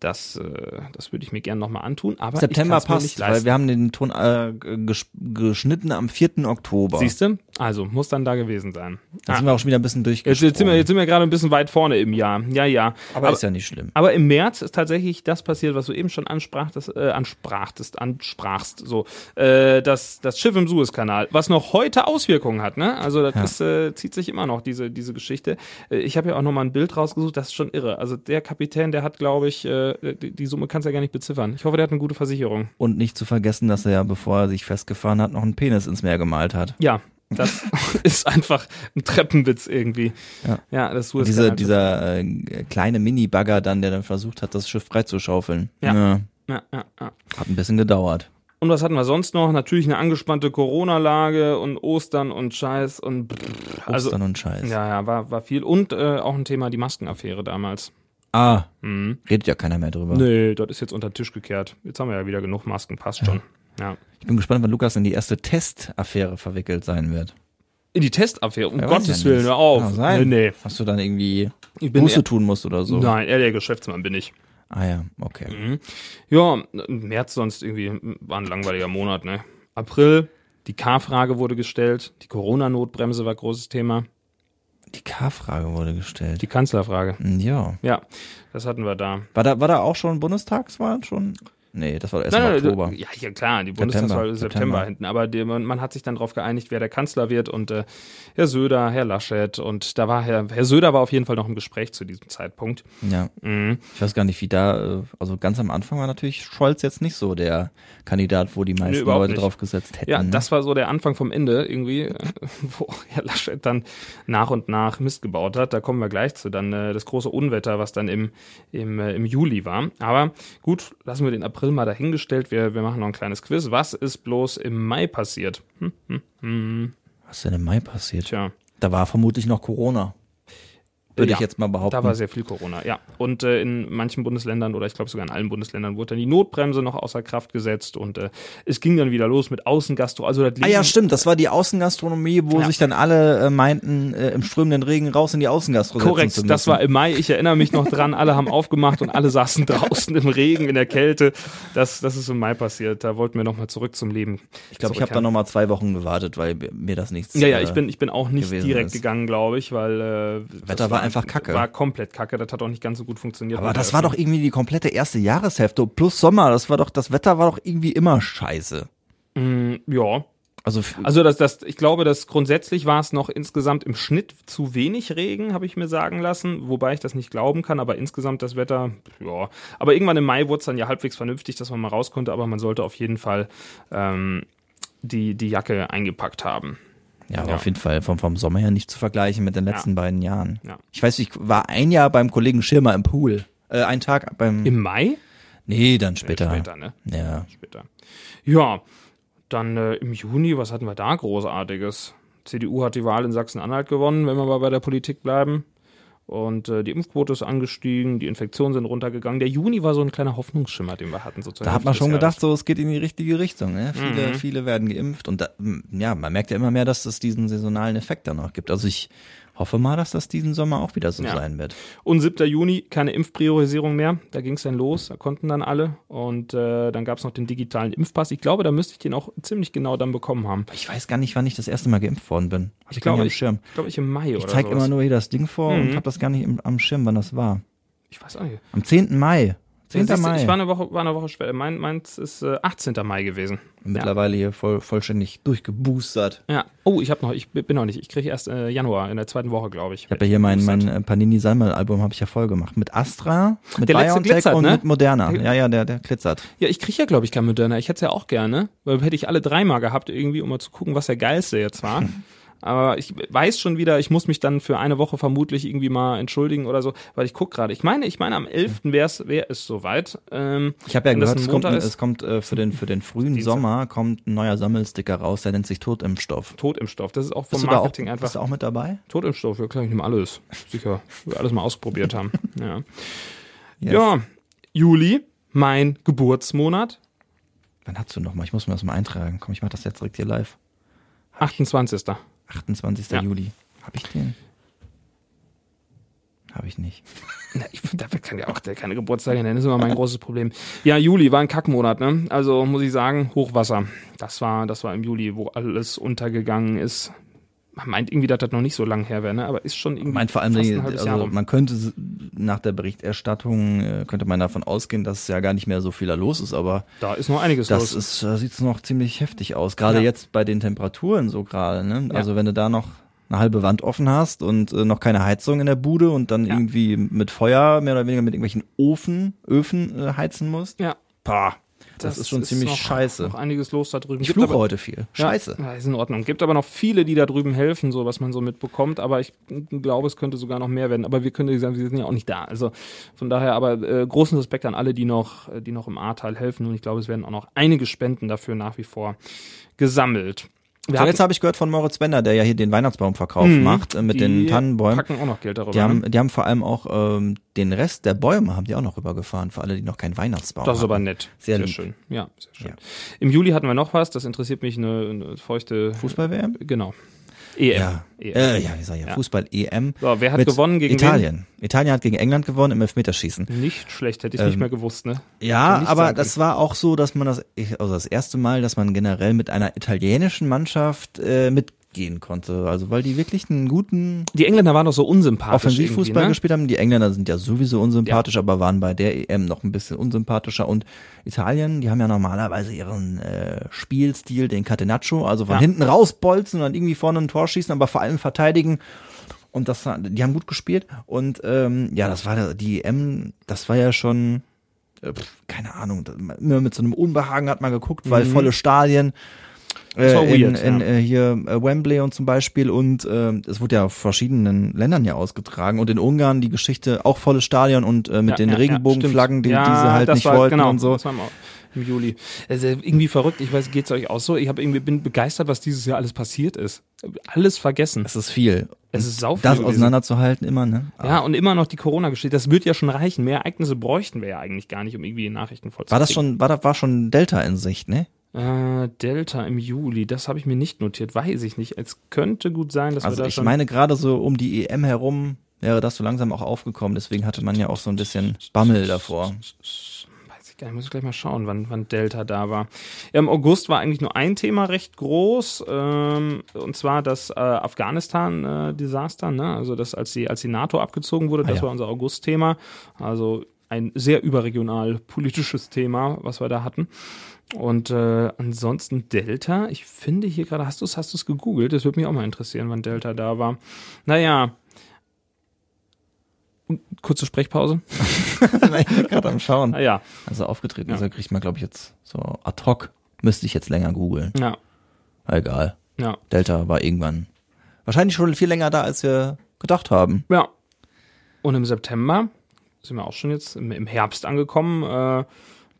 [SPEAKER 3] das, äh, das würde ich mir gerne nochmal antun. Aber
[SPEAKER 4] September
[SPEAKER 3] ich kann's mir
[SPEAKER 4] passt,
[SPEAKER 3] nicht
[SPEAKER 4] weil
[SPEAKER 3] leisten.
[SPEAKER 4] wir haben den Ton äh, ges geschnitten am 4. Oktober.
[SPEAKER 3] Siehst du? Also, muss dann da gewesen sein.
[SPEAKER 4] da sind Also wir auch schon wieder ein bisschen
[SPEAKER 3] Jetzt,
[SPEAKER 4] durchgesprungen.
[SPEAKER 3] jetzt sind wir, jetzt sind wir gerade ein bisschen weit vorne im Jahr. Ja, ja. Also
[SPEAKER 4] aber, ist ja nicht schlimm.
[SPEAKER 3] Aber im März ist tatsächlich das passiert, was du eben schon ansprachtest, äh, ansprachtest, ansprachst, so, äh, das, das Schiff im Suezkanal, was noch heute Auswirkungen hat, ne? Also das ist, äh, zieht sich immer noch, diese, diese Geschichte. Äh, ich habe ja auch nochmal ein Bild rausgesucht, das ist schon irre. Also der Kapitän, der hat, glaube ich, äh, die, die Summe kannst du ja gar nicht beziffern. Ich hoffe, der hat eine gute Versicherung.
[SPEAKER 4] Und nicht zu vergessen, dass er ja, bevor er sich festgefahren hat, noch einen Penis ins Meer gemalt hat.
[SPEAKER 3] Ja, das ist einfach ein Treppenwitz irgendwie.
[SPEAKER 4] Ja.
[SPEAKER 3] das
[SPEAKER 4] Und Diese,
[SPEAKER 3] Suezkanal.
[SPEAKER 4] dieser äh, kleine Mini-Bagger dann, der dann versucht hat, das Schiff freizuschaufeln.
[SPEAKER 3] Ja. ja, ja, ja.
[SPEAKER 4] Hat ein bisschen gedauert.
[SPEAKER 3] Und was hatten wir sonst noch? Natürlich eine angespannte Corona-Lage und Ostern und Scheiß und brrr.
[SPEAKER 4] Ostern
[SPEAKER 3] also
[SPEAKER 4] und Scheiß.
[SPEAKER 3] ja, ja, war, war viel. Und äh, auch ein Thema die Maskenaffäre damals.
[SPEAKER 4] Ah,
[SPEAKER 3] Mhm.
[SPEAKER 4] redet ja keiner mehr drüber.
[SPEAKER 3] Nee, das ist jetzt unter den Tisch gekehrt. Jetzt haben wir ja wieder genug Masken, passt schon. Ja.
[SPEAKER 4] Ich bin gespannt, wann Lukas in die erste Testaffäre verwickelt sein wird.
[SPEAKER 3] In die Testaffäre, um
[SPEAKER 4] Wer weiß
[SPEAKER 3] Gottes
[SPEAKER 4] denn
[SPEAKER 3] Willen,
[SPEAKER 4] das?
[SPEAKER 3] hör auf.
[SPEAKER 4] Kann sein.
[SPEAKER 3] Nee, nee.
[SPEAKER 4] Hast du dann irgendwie
[SPEAKER 3] Ich bin
[SPEAKER 4] Buße tun musst oder so?
[SPEAKER 3] Nein, Mhm. er der Geschäftsmann bin ich.
[SPEAKER 4] Ah ja, okay.
[SPEAKER 3] Ja, im März sonst irgendwie war ein langweiliger Monat, ne? April, die K-Frage wurde gestellt, die Corona-Notbremse war großes Thema,
[SPEAKER 4] Die K-Frage wurde gestellt.
[SPEAKER 3] die Kanzlerfrage.
[SPEAKER 4] Hm. ja.
[SPEAKER 3] Ja, das hatten wir da.
[SPEAKER 4] War da, war da auch schon Bundestagswahl? Schon? Nee, das war erst im Oktober.
[SPEAKER 3] Ja, ja klar, die Bundestagswahl ist September,
[SPEAKER 4] September.
[SPEAKER 3] hinten, aber die, man, man hat sich dann darauf geeinigt, wer der Kanzler wird und äh, Herr Söder, Herr Laschet und da war Herr, Herr Söder war auf jeden Fall noch im Gespräch zu diesem Zeitpunkt.
[SPEAKER 4] Ja.
[SPEAKER 3] Mhm.
[SPEAKER 4] Ich weiß gar nicht, wie da, äh, also ganz am Anfang war natürlich Scholz jetzt nicht so der Kandidat, wo die meisten
[SPEAKER 3] überhaupt
[SPEAKER 4] Leute
[SPEAKER 3] nicht.
[SPEAKER 4] drauf gesetzt hätten.
[SPEAKER 3] Ja,
[SPEAKER 4] ne?
[SPEAKER 3] das war so der Anfang vom Ende irgendwie, äh, wo Herr Laschet dann nach und nach Mist gebaut hat. Da kommen wir gleich zu. Dann äh, das große Unwetter, was dann im, im, äh, im Juli war. Aber gut, lassen wir den April mal dahingestellt. Wir, wir machen noch ein kleines Quiz. Was ist bloß im Mai passiert? Hm, hm, hm.
[SPEAKER 4] Was ist denn im Mai passiert?
[SPEAKER 3] Tja.
[SPEAKER 4] Da war vermutlich noch Corona. Würde
[SPEAKER 3] Ja,
[SPEAKER 4] ich jetzt mal behaupten.
[SPEAKER 3] Da war sehr viel Corona, ja. Und äh, in manchen Bundesländern oder ich glaube sogar in allen Bundesländern wurde dann die Notbremse noch außer Kraft gesetzt und äh, es ging dann wieder los mit Außengastro. Also das
[SPEAKER 4] ah
[SPEAKER 3] Leben-
[SPEAKER 4] ja, stimmt, das war die Außengastronomie, wo
[SPEAKER 3] Ja.
[SPEAKER 4] sich dann alle äh, meinten, äh, im strömenden Regen raus in die Außengastronomie.
[SPEAKER 3] Korrekt, das war im Mai, ich erinnere mich noch dran, alle haben aufgemacht und alle saßen draußen im Regen, in der Kälte. Das, das ist im Mai passiert, da wollten wir nochmal zurück zum Leben.
[SPEAKER 4] Ich glaube, ich habe da nochmal zwei Wochen gewartet, weil mir das nichts.
[SPEAKER 3] Ja, ja,
[SPEAKER 4] äh,
[SPEAKER 3] ich bin, ich bin auch nicht
[SPEAKER 4] gewesen
[SPEAKER 3] direkt
[SPEAKER 4] ist.
[SPEAKER 3] gegangen, glaube ich, weil äh, das
[SPEAKER 4] Wetter war einfach kacke.
[SPEAKER 3] War komplett kacke, das hat auch nicht ganz so gut funktioniert. äh,
[SPEAKER 4] Aber das war doch irgendwie die komplette erste Jahreshälfte plus Sommer. Das war doch, das Wetter war doch irgendwie immer scheiße.
[SPEAKER 3] Ja,
[SPEAKER 4] Also,
[SPEAKER 3] Also das, das, ich glaube, dass grundsätzlich war es noch insgesamt im Schnitt zu wenig Regen, habe ich mir sagen lassen, wobei ich das nicht glauben kann, aber insgesamt das Wetter, ja. Aber irgendwann im Mai wurde es dann ja halbwegs vernünftig, dass man mal raus konnte, aber man sollte auf jeden Fall ähm, die, die Jacke eingepackt haben.
[SPEAKER 4] Ja, aber
[SPEAKER 3] Ja.
[SPEAKER 4] auf jeden Fall vom, vom Sommer her nicht zu vergleichen mit den letzten beiden Jahren.
[SPEAKER 3] Ja.
[SPEAKER 4] Ich weiß, ich war ein Jahr beim Kollegen Schirmer im Pool. Äh, ein Tag beim.
[SPEAKER 3] Im Mai?
[SPEAKER 4] nee, dann später.
[SPEAKER 3] Später, ne?
[SPEAKER 4] Ja.
[SPEAKER 3] Später. Ja, dann äh, im Juni, was hatten wir da Großartiges? CDU hat die Wahl in Sachsen-Anhalt gewonnen, wenn wir mal bei der Politik bleiben. Und äh, die Impfquote ist angestiegen, die Infektionen sind runtergegangen. Der Juni war so ein kleiner Hoffnungsschimmer, den wir hatten sozusagen.
[SPEAKER 4] Da hat man schon gedacht, so es geht in die richtige Richtung. Ne? Viele,
[SPEAKER 3] Mhm.
[SPEAKER 4] viele werden geimpft und da, m, ja, man merkt ja immer mehr, dass es diesen saisonalen Effekt dann noch gibt. Also ich hoffe mal, dass das diesen Sommer auch wieder so
[SPEAKER 3] Ja.
[SPEAKER 4] sein wird.
[SPEAKER 3] Und 7. Juni, keine Impfpriorisierung mehr. Da ging es dann los, da konnten dann alle. Und äh, dann gab es noch den digitalen Impfpass. Ich glaube, da müsste ich den auch ziemlich genau dann bekommen haben.
[SPEAKER 4] Ich weiß gar nicht, wann ich das erste Mal geimpft worden bin. Hab ich gar nicht am
[SPEAKER 3] ich,
[SPEAKER 4] Schirm.
[SPEAKER 3] glaube ich im Mai
[SPEAKER 4] Ich
[SPEAKER 3] oder
[SPEAKER 4] zeig
[SPEAKER 3] sowas.
[SPEAKER 4] immer nur hier das Ding vor
[SPEAKER 3] Mhm.
[SPEAKER 4] und habe das gar nicht im, am Schirm, wann das war.
[SPEAKER 3] Ich weiß auch nicht.
[SPEAKER 4] Am 10. Mai.
[SPEAKER 3] Ja,
[SPEAKER 4] 10.
[SPEAKER 3] siehst du,
[SPEAKER 4] Mai.
[SPEAKER 3] Ich war eine Woche, war eine Woche später. Mein, meins ist äh, 18. Mai gewesen.
[SPEAKER 4] Mittlerweile hier voll, vollständig durchgeboostert.
[SPEAKER 3] Ja. Oh, ich habe noch, ich bin noch nicht. Ich kriege erst äh, Januar in der zweiten Woche, glaube ich.
[SPEAKER 4] Ich habe ja hier mein, mein äh, Panini Sandmann Album habe ich ja voll gemacht mit Astra, mit
[SPEAKER 3] Der letzte
[SPEAKER 4] BioNTech
[SPEAKER 3] glitzert,
[SPEAKER 4] und
[SPEAKER 3] ne?
[SPEAKER 4] mit Moderna. Ja, ja, der der glitzert.
[SPEAKER 3] Ja, ich krieg ja, glaube ich, kein Moderna. Ich hätte es ja auch gerne, weil hätte ich alle dreimal gehabt, irgendwie, um mal zu gucken, was der geilste jetzt war. Aber ich weiß schon wieder, ich muss mich dann für eine Woche vermutlich irgendwie mal entschuldigen oder so, weil ich guck gerade. Ich meine, ich meine, am 11. wär's, wär es soweit. Ähm,
[SPEAKER 4] Ich habe ja
[SPEAKER 3] wenn das
[SPEAKER 4] gehört,
[SPEAKER 3] ein
[SPEAKER 4] es kommt,
[SPEAKER 3] Montag
[SPEAKER 4] es kommt äh, für den für den frühen
[SPEAKER 3] Dienstag.
[SPEAKER 4] Sommer kommt ein neuer Sammelsticker raus, der nennt sich Totimpfstoff.
[SPEAKER 3] Totimpfstoff, das ist auch vom
[SPEAKER 4] Bist du da auch,
[SPEAKER 3] Marketing
[SPEAKER 4] bist
[SPEAKER 3] einfach.
[SPEAKER 4] du auch mit dabei?
[SPEAKER 3] Totimpfstoff, ja klar, ich nehme alles. Sicher, wir alles mal ausprobiert haben. Ja.
[SPEAKER 4] Yes.
[SPEAKER 3] ja, Juli, mein Geburtsmonat,
[SPEAKER 4] Wann hast du noch mal? Ich muss mir das mal eintragen. Komm, ich mach das jetzt direkt hier live.
[SPEAKER 3] 28.
[SPEAKER 4] 28.
[SPEAKER 3] Ja.
[SPEAKER 4] Juli. Habe ich den? Habe ich nicht.
[SPEAKER 3] Na, ich, da kann ja auch der keine Geburtstage nennen, ist immer mein großes Problem. Ja, Juli war ein Kackmonat, ne? Also muss ich sagen, Hochwasser. Das war, das war im Juli, wo alles untergegangen ist. Man meint irgendwie, dass das noch nicht so lang her wäre, ne? Aber ist schon irgendwie.
[SPEAKER 4] Ich meine, vor allem,
[SPEAKER 3] fast ein
[SPEAKER 4] die,
[SPEAKER 3] halbes Jahr
[SPEAKER 4] also
[SPEAKER 3] rum.
[SPEAKER 4] man könnte s- nach der Berichterstattung, äh, könnte man davon ausgehen, dass ja gar nicht mehr so viel da los ist, aber
[SPEAKER 3] da ist noch einiges los.
[SPEAKER 4] das ist, äh, sieht's noch ziemlich heftig aus. Gerade
[SPEAKER 3] Ja.
[SPEAKER 4] jetzt bei den Temperaturen so gerade, ne? Also wenn du da noch eine halbe Wand offen hast und äh, noch keine Heizung in der Bude und dann
[SPEAKER 3] Ja.
[SPEAKER 4] irgendwie mit Feuer, mehr oder weniger mit irgendwelchen Ofen, Öfen äh, heizen musst.
[SPEAKER 3] ja,
[SPEAKER 4] Pah, das, ist schon ziemlich
[SPEAKER 3] noch,
[SPEAKER 4] scheiße.
[SPEAKER 3] Noch einiges los da drüben.
[SPEAKER 4] ich
[SPEAKER 3] Gibt
[SPEAKER 4] fluche
[SPEAKER 3] aber-
[SPEAKER 4] heute viel. Scheiße.
[SPEAKER 3] Ja, ist in Ordnung. Gibt aber noch viele, die da drüben helfen, so was man so mitbekommt. Aber ich glaube, es könnte sogar noch mehr werden. Aber wir können ja sagen, wir sind ja auch nicht da. Also von daher, aber äh, großen Respekt an alle, die noch, äh, die noch im Ahrtal helfen. Und ich glaube, es werden auch noch einige Spenden dafür nach wie vor gesammelt. Wir
[SPEAKER 4] So,
[SPEAKER 3] hatten-
[SPEAKER 4] jetzt habe ich gehört von Moritz Bender, der ja hier den Weihnachtsbaumverkauf macht äh, mit den
[SPEAKER 3] Mhm. die
[SPEAKER 4] Tannenbäumen.
[SPEAKER 3] packen auch noch Geld darüber.
[SPEAKER 4] Die
[SPEAKER 3] ne?
[SPEAKER 4] haben, die haben vor allem auch ähm, den Rest der Bäume haben die auch noch rübergefahren, für alle, die noch keinen Weihnachtsbaum
[SPEAKER 3] Das ist
[SPEAKER 4] haben.
[SPEAKER 3] aber nett.
[SPEAKER 4] Sehr
[SPEAKER 3] sehr
[SPEAKER 4] lieb.
[SPEAKER 3] schön. Ja, sehr schön.
[SPEAKER 4] Ja.
[SPEAKER 3] Im Juli hatten wir noch was. Das interessiert mich eine, eine feuchte.
[SPEAKER 4] Fußball-WM?
[SPEAKER 3] Genau. E EM.
[SPEAKER 4] Ja.
[SPEAKER 3] EM.
[SPEAKER 4] Äh, ja, ich sag ja,
[SPEAKER 3] Ja.
[SPEAKER 4] Fußball-EM.
[SPEAKER 3] So, wer hat
[SPEAKER 4] mit
[SPEAKER 3] gewonnen gegen wen?
[SPEAKER 4] Italien. Italien hat gegen England gewonnen im Elfmeterschießen.
[SPEAKER 3] Nicht schlecht, hätte ich
[SPEAKER 4] Ähm,
[SPEAKER 3] nicht mehr gewusst, ne?
[SPEAKER 4] Ja,
[SPEAKER 3] nicht
[SPEAKER 4] aber
[SPEAKER 3] sagen
[SPEAKER 4] das war auch so, dass man das, ich- also das erste Mal, dass man generell mit einer italienischen Mannschaft äh, mitgehen konnte. Also weil die wirklich einen guten
[SPEAKER 3] Die Engländer waren doch so unsympathisch.
[SPEAKER 4] Offensivfußball
[SPEAKER 3] irgendwie, ne?
[SPEAKER 4] gespielt haben. Die Engländer sind ja sowieso unsympathisch, aber waren bei der EM noch ein bisschen unsympathischer. Und Italien, die haben ja normalerweise ihren äh, Spielstil, den Catenaccio, also von
[SPEAKER 3] Ja.
[SPEAKER 4] hinten rausbolzen und dann irgendwie vorne ein Tor schießen, aber vor allem verteidigen. Und das, die haben gut gespielt. Und ähm, ja, das war die EM, das war ja schon äh, pf, keine Ahnung, da- immer mit so einem Unbehagen hat man geguckt, weil volle Stadien
[SPEAKER 3] Mhm. war
[SPEAKER 4] äh, in,
[SPEAKER 3] weird,
[SPEAKER 4] in
[SPEAKER 3] ja.
[SPEAKER 4] äh, hier äh, Wembley und zum Beispiel und ähm, es wurde ja aus verschiedenen Ländern ja ausgetragen und in Ungarn die Geschichte auch volle Stadion und äh, mit
[SPEAKER 3] Ja,
[SPEAKER 4] den
[SPEAKER 3] ja, ja,
[SPEAKER 4] Regenbogenflaggen,
[SPEAKER 3] stimmt.
[SPEAKER 4] die
[SPEAKER 3] Ja,
[SPEAKER 4] diese halt
[SPEAKER 3] das
[SPEAKER 4] nicht
[SPEAKER 3] war-
[SPEAKER 4] wollten
[SPEAKER 3] genau,
[SPEAKER 4] und so.
[SPEAKER 3] Das war im Au- im Juli. Also irgendwie verrückt. Ich weiß, geht's euch auch so? Ich habe irgendwie bin begeistert, was dieses Jahr alles passiert ist. Alles vergessen.
[SPEAKER 4] Das ist viel.
[SPEAKER 3] Es ist sau viel
[SPEAKER 4] Das
[SPEAKER 3] gewesen.
[SPEAKER 4] auseinanderzuhalten immer, ne?
[SPEAKER 3] Ja, und immer noch die Corona-Geschichte. Das wird ja schon reichen. Mehr Ereignisse bräuchten wir ja eigentlich gar nicht, um irgendwie die Nachrichten vollzukriegen.
[SPEAKER 4] War das schon, war das war schon Delta in Sicht, ne?
[SPEAKER 3] Äh, Delta im Juli, das habe ich mir nicht notiert. Weiß ich nicht. Es könnte gut sein, dass wir
[SPEAKER 4] Also
[SPEAKER 3] da
[SPEAKER 4] ich
[SPEAKER 3] schon...
[SPEAKER 4] meine gerade so um die EM herum wäre das so langsam auch aufgekommen, deswegen hatte man ja auch so ein bisschen Bammel davor.
[SPEAKER 3] Weiß ich gar nicht, muss ich gleich mal schauen, wann, wann Delta da war. Ja, Im August war eigentlich nur ein Thema recht groß, ähm, und zwar das äh, Afghanistan-Desaster, ne? also das, als die, als die NATO abgezogen wurde, das
[SPEAKER 4] ja.
[SPEAKER 3] war unser August-Thema. Also ein sehr überregional politisches Thema, was wir da hatten. Und äh, ansonsten Delta, ich finde hier gerade, hast du es hast du's gegoogelt? Das würde mich auch mal interessieren, wann Delta da war. Naja. Kurze Sprechpause.
[SPEAKER 4] ich bin gerade am Schauen.
[SPEAKER 3] Naja.
[SPEAKER 4] Also aufgetreten
[SPEAKER 3] Ja.
[SPEAKER 4] ist, da kriegt man, glaube ich, jetzt so ad hoc. Müsste ich jetzt länger googeln.
[SPEAKER 3] Ja.
[SPEAKER 4] Egal.
[SPEAKER 3] Ja.
[SPEAKER 4] Delta war irgendwann wahrscheinlich schon viel länger da, als wir gedacht haben.
[SPEAKER 3] Ja. Und im September sind wir auch schon jetzt im, im Herbst angekommen. Äh,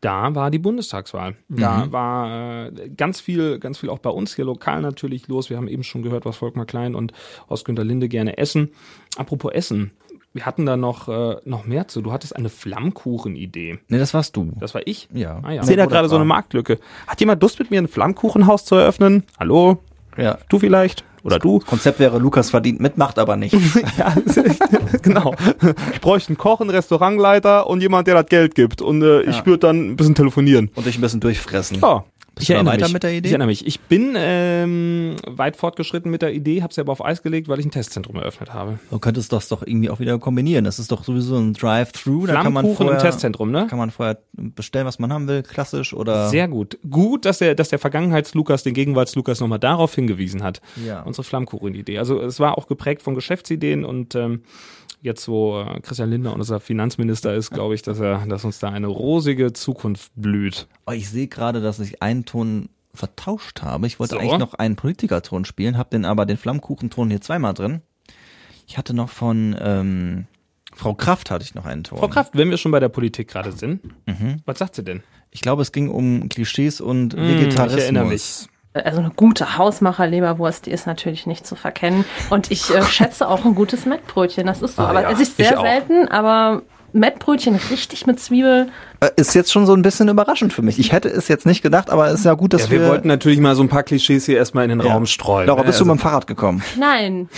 [SPEAKER 3] da war die Bundestagswahl. Da war äh, ganz viel, ganz viel auch bei uns hier lokal natürlich los. Wir haben eben schon gehört, was Volkmar Klein und Horst-Günter Linde gerne essen. Apropos Essen, wir hatten da noch, äh, noch mehr zu. Du hattest eine Flammkuchen-Idee.
[SPEAKER 4] Nee, das warst du.
[SPEAKER 3] Das war ich.
[SPEAKER 4] Ja.
[SPEAKER 3] Ah, ja.
[SPEAKER 4] Sehr
[SPEAKER 3] Seht ihr
[SPEAKER 4] guter
[SPEAKER 3] gerade so eine
[SPEAKER 4] Plan.
[SPEAKER 3] Marktlücke. Hat jemand Lust mit mir ein Flammkuchenhaus zu eröffnen? Hallo?
[SPEAKER 4] ja.
[SPEAKER 3] Du vielleicht?
[SPEAKER 4] Oder du.
[SPEAKER 9] Das Konzept wäre, Lukas verdient mit, macht aber nicht.
[SPEAKER 10] genau. Ich bräuchte einen Koch, einen Restaurantleiter und jemand, der das Geld gibt. Und äh, ich würde dann ein bisschen telefonieren.
[SPEAKER 9] Und dich ein bisschen durchfressen.
[SPEAKER 10] Ja.
[SPEAKER 4] Bist du da weiter
[SPEAKER 3] mich.
[SPEAKER 4] mit der Idee?
[SPEAKER 3] Ich erinnere mich. Ich bin ähm, weit fortgeschritten mit der Idee, habe sie aber auf Eis gelegt, weil ich ein Testzentrum eröffnet habe.
[SPEAKER 4] Du könntest das doch irgendwie auch wieder kombinieren. Das ist doch sowieso ein Drive-Thru. Da kann man
[SPEAKER 3] Flammkuchen im
[SPEAKER 4] vorher,
[SPEAKER 3] Testzentrum, ne?
[SPEAKER 4] kann man vorher bestellen, was man haben will, klassisch oder.
[SPEAKER 3] Sehr gut. Gut, dass der, dass der Vergangenheits-Lukas den Gegenwarts-Lukas nochmal darauf hingewiesen hat.
[SPEAKER 4] Ja.
[SPEAKER 3] Unsere Flammkuchen-Idee. Also es war auch geprägt von Geschäftsideen und ähm, jetzt, wo äh, Christian Lindner unser Finanzminister ist, glaube ich, dass er, dass uns da eine rosige Zukunft blüht.
[SPEAKER 4] Oh, ich sehe gerade, dass ich einen Ton vertauscht habe. Ich wollte
[SPEAKER 3] So.
[SPEAKER 4] eigentlich noch einen Politikerton spielen, habe den aber den Flammkuchenton hier zweimal drin. Ich hatte noch von ähm, Frau Kraft hatte ich noch einen Ton.
[SPEAKER 3] Frau Kraft, wenn wir schon bei der Politik gerade sind, was sagt sie denn?
[SPEAKER 4] Ich glaube, es ging um Klischees und Vegetarismus.
[SPEAKER 3] Hm, ich erinnere mich.
[SPEAKER 11] Also eine gute Hausmacher-Leberwurst, die ist natürlich nicht zu verkennen. Und ich äh, schätze auch ein gutes Mettbrötchen. Das ist so. aber es ist
[SPEAKER 4] Ah ich
[SPEAKER 11] sehr
[SPEAKER 4] auch.
[SPEAKER 11] selten, aber Mettbrötchen richtig mit Zwiebel.
[SPEAKER 9] Äh, Ist jetzt schon so ein bisschen überraschend für mich. Ich hätte es jetzt nicht gedacht, aber ist ja gut, dass
[SPEAKER 8] Ja, wir wollten natürlich mal so ein paar Klischees hier erstmal in den Raum streuen.
[SPEAKER 9] Laura,
[SPEAKER 8] ne?
[SPEAKER 3] also
[SPEAKER 9] bist du mit dem Fahrrad gekommen?
[SPEAKER 11] Nein.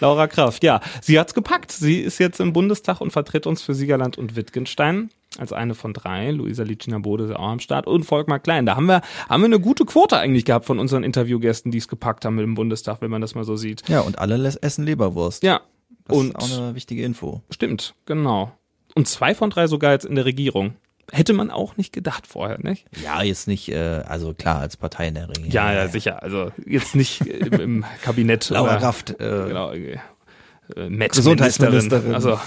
[SPEAKER 3] Laura Kraft, ja. Sie hat's gepackt. Sie ist jetzt im Bundestag und vertritt uns für Siegerland und Wittgenstein als eine von drei. Luisa Licina Bode ist auch am Start und Volkmar Klein. Da haben wir, haben wir eine gute Quote eigentlich gehabt von unseren Interviewgästen, die es gepackt haben im Bundestag, wenn man das mal so sieht.
[SPEAKER 4] Ja, und alle les- essen Leberwurst.
[SPEAKER 3] Ja.
[SPEAKER 4] Das
[SPEAKER 3] und
[SPEAKER 4] ist auch eine wichtige Info.
[SPEAKER 3] stimmt, genau. Und zwei von drei sogar jetzt in der Regierung. Hätte man auch nicht gedacht vorher, nicht?
[SPEAKER 4] Ja, jetzt nicht, äh, also klar, als Partei in der Regierung.
[SPEAKER 3] Ja, ja, sicher. Also jetzt nicht im, im Kabinett.
[SPEAKER 4] Laura
[SPEAKER 3] oder-
[SPEAKER 4] Kraft, äh,
[SPEAKER 3] Genau. äh, äh, Met
[SPEAKER 4] Gesundheitsministerin.
[SPEAKER 3] Ministerin.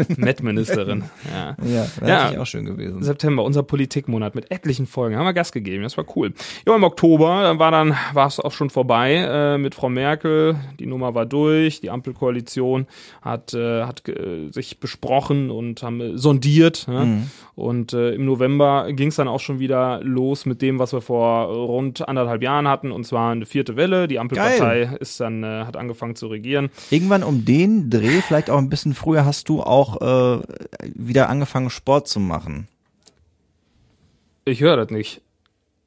[SPEAKER 3] Also Met-Ministerin. Ja.
[SPEAKER 4] Ja, wäre
[SPEAKER 3] Ja.
[SPEAKER 4] natürlich auch schön gewesen.
[SPEAKER 3] September, unser Politikmonat mit etlichen Folgen. Haben wir Gas gegeben, das war cool. Ja, im Oktober, dann war dann, war es auch schon vorbei äh, mit Frau Merkel. Die Nummer war durch, die Ampelkoalition hat, äh, hat äh, sich besprochen und haben äh, sondiert. Ne? Und äh, im November ging es dann auch schon wieder los mit dem, was wir vor rund anderthalb Jahren hatten, und zwar eine vierte Welle. Die Ampelpartei ist dann, äh, hat angefangen zu regieren.
[SPEAKER 4] Irgendwann um den Dreh, vielleicht auch ein bisschen früher, hast du auch äh, wieder angefangen, Sport zu machen.
[SPEAKER 3] Ich höre das nicht.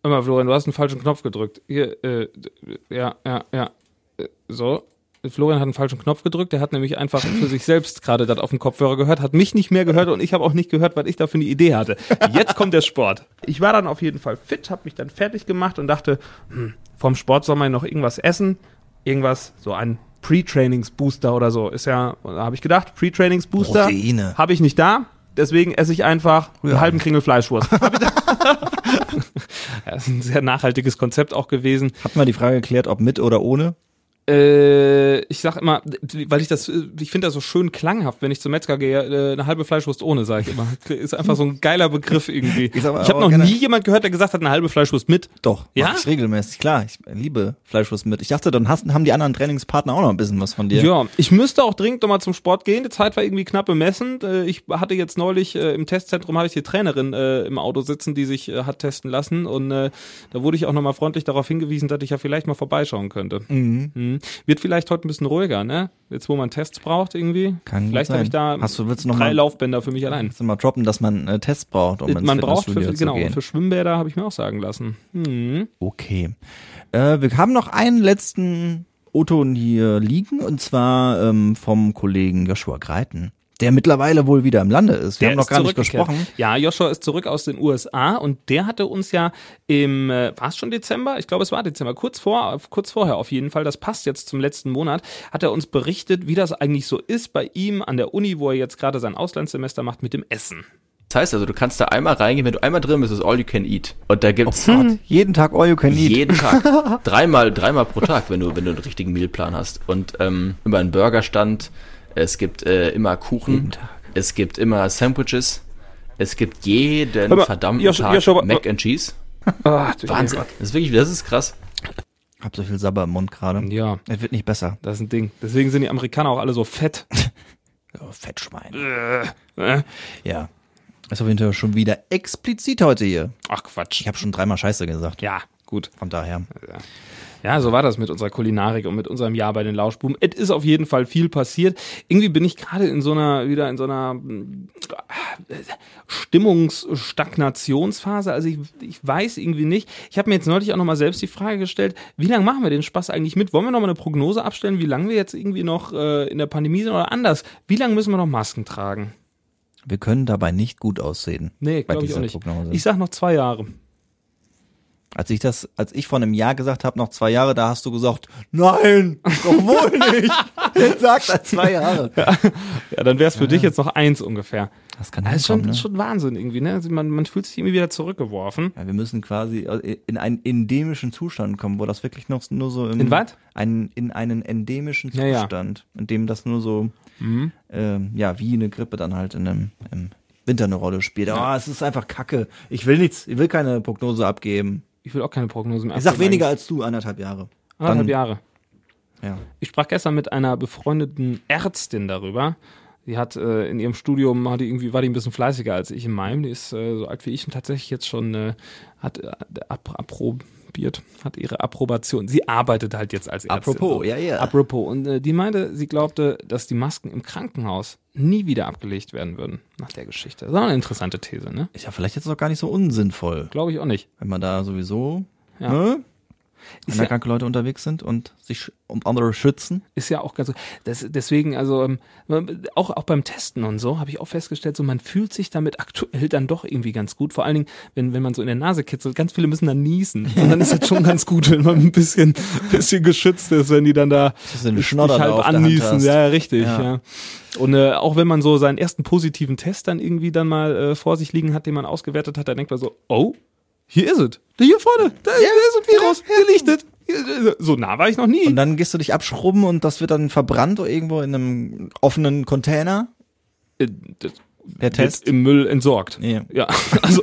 [SPEAKER 3] Immer, Florian, du hast einen falschen Knopf gedrückt. Hier, äh, d- ja, ja, ja. Äh, So. Florian hat einen falschen Knopf gedrückt. Der hat nämlich einfach für sich selbst gerade das auf dem Kopfhörer gehört, hat mich nicht mehr gehört und ich habe auch nicht gehört, was ich da für eine Idee hatte. Jetzt kommt der Sport. Ich war dann auf jeden Fall fit, habe mich dann fertig gemacht und dachte, hm, vom Sport soll man noch irgendwas essen. Irgendwas, so ein Pre-Trainings-Booster oder so. Ist ja, da habe ich gedacht, Pre-Trainings-Booster
[SPEAKER 4] Proteine.
[SPEAKER 3] habe ich nicht da. Deswegen esse ich einfach einen halben Kringel Fleischwurst. Ja, Das ist ein sehr nachhaltiges Konzept auch gewesen.
[SPEAKER 4] Hatten wir die Frage geklärt, ob mit oder ohne?
[SPEAKER 3] Äh, ich sag immer, weil ich das, ich finde das so schön klanghaft, wenn ich zum Metzger gehe, äh, eine halbe Fleischwurst ohne, sage ich immer. Ist einfach so ein geiler Begriff irgendwie. Ich,
[SPEAKER 4] sag mal,
[SPEAKER 3] habe
[SPEAKER 4] aber
[SPEAKER 3] noch
[SPEAKER 4] gerne-
[SPEAKER 3] nie jemand gehört, der gesagt hat, eine halbe Fleischwurst mit.
[SPEAKER 4] Doch,
[SPEAKER 3] Ja?
[SPEAKER 4] mach ich regelmäßig, klar. Ich liebe Fleischwurst mit. Ich dachte, dann hast, haben die anderen Trainingspartner auch noch ein bisschen was von dir.
[SPEAKER 3] Ja, ich müsste auch dringend nochmal zum Sport gehen. Die Zeit war irgendwie knapp bemessen. Äh, Ich hatte jetzt neulich äh, im Testzentrum habe ich die Trainerin äh, im Auto sitzen, die sich äh, hat testen lassen und äh, da wurde ich auch nochmal freundlich darauf hingewiesen, dass ich ja vielleicht mal vorbeischauen könnte. Mhm. Wird vielleicht heute ein bisschen ruhiger, ne? Jetzt wo man Tests braucht irgendwie.
[SPEAKER 4] Kann gut
[SPEAKER 3] vielleicht habe
[SPEAKER 4] sein.
[SPEAKER 3] ich da
[SPEAKER 4] Hast du- willst du noch
[SPEAKER 3] drei
[SPEAKER 4] mal-
[SPEAKER 3] Laufbänder für mich allein.
[SPEAKER 4] Kannst du mal droppen, dass man äh, Tests braucht, um ins
[SPEAKER 3] Man braucht für,
[SPEAKER 4] Fitnessstudio zu
[SPEAKER 3] genau,
[SPEAKER 4] gehen.
[SPEAKER 3] für Schwimmbäder habe ich mir auch sagen lassen. Hm.
[SPEAKER 4] Okay. Äh, wir haben noch einen letzten O-Ton hier liegen und zwar ähm, vom Kollegen Joshua Greiten, der mittlerweile wohl wieder im Lande ist. Wir haben noch
[SPEAKER 3] ist
[SPEAKER 4] gar nicht
[SPEAKER 3] zurückgekehrt.
[SPEAKER 4] gesprochen.
[SPEAKER 3] Ja, Joshua ist zurück aus den USA und der hatte uns ja im, äh, war es schon Dezember? Ich glaube, es war Dezember, kurz vor, kurz vorher auf jeden Fall, das passt jetzt zum letzten Monat, hat er uns berichtet, wie das eigentlich so ist bei ihm an der Uni, wo er jetzt gerade sein Auslandssemester macht mit dem Essen.
[SPEAKER 12] Das heißt also, du kannst da einmal reingehen, wenn du einmal drin bist, ist all you can eat. Und da gibt's
[SPEAKER 4] Jeden Tag all you can eat.
[SPEAKER 12] jeden Tag, dreimal, dreimal pro Tag, wenn du, wenn du einen richtigen Mealplan hast. Und ähm, immer einen Burgerstand, es gibt äh, immer Kuchen, es gibt immer Sandwiches, es gibt jeden
[SPEAKER 3] Hör mal,
[SPEAKER 12] verdammten
[SPEAKER 3] Josh-
[SPEAKER 12] Tag
[SPEAKER 3] Joshua, oh
[SPEAKER 12] Mac and Cheese. Wahnsinn, das ist wirklich, das ist krass.
[SPEAKER 4] Hab so viel Sabber im Mund gerade.
[SPEAKER 3] Ja,
[SPEAKER 4] Es wird nicht besser.
[SPEAKER 3] das ist ein Ding. Deswegen sind die Amerikaner auch alle so fett.
[SPEAKER 4] Oh, Fettschwein.
[SPEAKER 3] Äh,
[SPEAKER 4] Ja. Ist auf jeden Fall schon wieder explizit heute hier.
[SPEAKER 3] Ach Quatsch.
[SPEAKER 4] Ich habe schon dreimal Scheiße gesagt.
[SPEAKER 3] Ja, gut.
[SPEAKER 4] Von daher.
[SPEAKER 3] Ja, so war das mit unserer Kulinarik und mit unserem Jahr bei den Lauschbuben. Es ist auf jeden Fall viel passiert. Irgendwie bin ich gerade in so einer, wieder in so einer mm, Stimmungsstagnationsphase. Also ich, ich weiß irgendwie nicht. Ich habe mir jetzt neulich auch nochmal selbst die Frage gestellt, wie lange machen wir den Spaß eigentlich mit? Wollen wir nochmal eine Prognose abstellen, wie lange wir jetzt irgendwie noch äh, in der Pandemie sind oder anders? Wie lange müssen wir noch Masken tragen?
[SPEAKER 4] Wir können dabei nicht gut aussehen.
[SPEAKER 3] Nee,
[SPEAKER 4] bei
[SPEAKER 3] glaube ich
[SPEAKER 4] dieser
[SPEAKER 3] auch nicht.
[SPEAKER 4] Prognose.
[SPEAKER 3] Ich sag noch zwei Jahre.
[SPEAKER 4] Als ich das, als ich vor einem Jahr gesagt habe, noch zwei Jahre, da hast du gesagt, nein, doch wohl nicht. Jetzt sagt er zwei Jahre.
[SPEAKER 3] Ja, dann wäre es für dich jetzt noch eins ungefähr.
[SPEAKER 4] Das kann
[SPEAKER 3] das ist schon,
[SPEAKER 4] hinkommen, ne?
[SPEAKER 3] schon Wahnsinn irgendwie, ne? Also man, man fühlt sich irgendwie wieder zurückgeworfen.
[SPEAKER 4] Ja, wir müssen quasi äh, in einen endemischen Zustand kommen, wo das wirklich noch nur so im,
[SPEAKER 3] In was?
[SPEAKER 4] Ein, in einen endemischen
[SPEAKER 3] Ja, ja.
[SPEAKER 4] Zustand, in dem das nur so,
[SPEAKER 3] Mhm.
[SPEAKER 4] ähm, ja, wie eine Grippe dann halt in einem, im Winter eine Rolle spielt. Ah, es ist einfach Kacke. Ich will nichts, ich will keine Prognose abgeben.
[SPEAKER 3] Ich will auch keine Prognosen mehr
[SPEAKER 4] Ich sag
[SPEAKER 3] abgeben
[SPEAKER 4] weniger
[SPEAKER 3] eigentlich.
[SPEAKER 4] als du, anderthalb Jahre.
[SPEAKER 3] Anderthalb
[SPEAKER 4] Dann-
[SPEAKER 3] Jahre.
[SPEAKER 4] Ja.
[SPEAKER 3] Ich sprach gestern mit einer befreundeten Ärztin darüber. Die hat äh, in ihrem Studium hat die irgendwie, war die ein bisschen fleißiger als ich in meinem. Die ist äh, so alt wie ich und tatsächlich jetzt schon äh, hat äh, ab, approbiert, hat ihre Approbation. Sie arbeitet halt jetzt als Ärztin.
[SPEAKER 4] Apropos, ja, ja.
[SPEAKER 3] Apropos. Und äh, die meinte, sie glaubte, dass die Masken im Krankenhaus nie wieder abgelegt werden würden nach der Geschichte. Das ist auch eine interessante These, ne?
[SPEAKER 4] Ist ja vielleicht jetzt noch gar nicht so unsinnvoll.
[SPEAKER 3] Glaube ich auch nicht.
[SPEAKER 4] Wenn man da sowieso
[SPEAKER 3] Ja.
[SPEAKER 4] ne,
[SPEAKER 3] Ist ja-
[SPEAKER 4] anerkannte Leute unterwegs sind und sich sch- und andere schützen.
[SPEAKER 3] Ist ja auch ganz so. Das, deswegen, also ähm, auch, auch beim Testen und so, habe ich auch festgestellt, so man fühlt sich damit aktuell dann doch irgendwie ganz gut. Vor allen Dingen, wenn, wenn man so in der Nase kitzelt, ganz viele müssen dann niesen. Und dann ist das schon ganz gut, wenn man ein bisschen, bisschen geschützt ist, wenn die dann da
[SPEAKER 4] ist ein
[SPEAKER 3] dich
[SPEAKER 4] Schnodder da auf der Hand
[SPEAKER 3] annießen.
[SPEAKER 4] hast.
[SPEAKER 3] Ja, ja, richtig, ja.
[SPEAKER 4] Ja.
[SPEAKER 3] Und äh, auch wenn man so seinen ersten positiven Test dann irgendwie dann mal äh, vor sich liegen hat, den man ausgewertet hat, dann denkt man so, oh, hier ist es. Hier vorne, da ist ein Virus, hier liegt es. Hier- So nah war ich noch nie.
[SPEAKER 4] Und dann gehst du dich abschrubben und das wird dann verbrannt irgendwo in einem offenen Container.
[SPEAKER 3] Äh, das
[SPEAKER 4] Der Test.
[SPEAKER 3] Wird im Müll entsorgt.
[SPEAKER 4] Ja.
[SPEAKER 3] Ja, also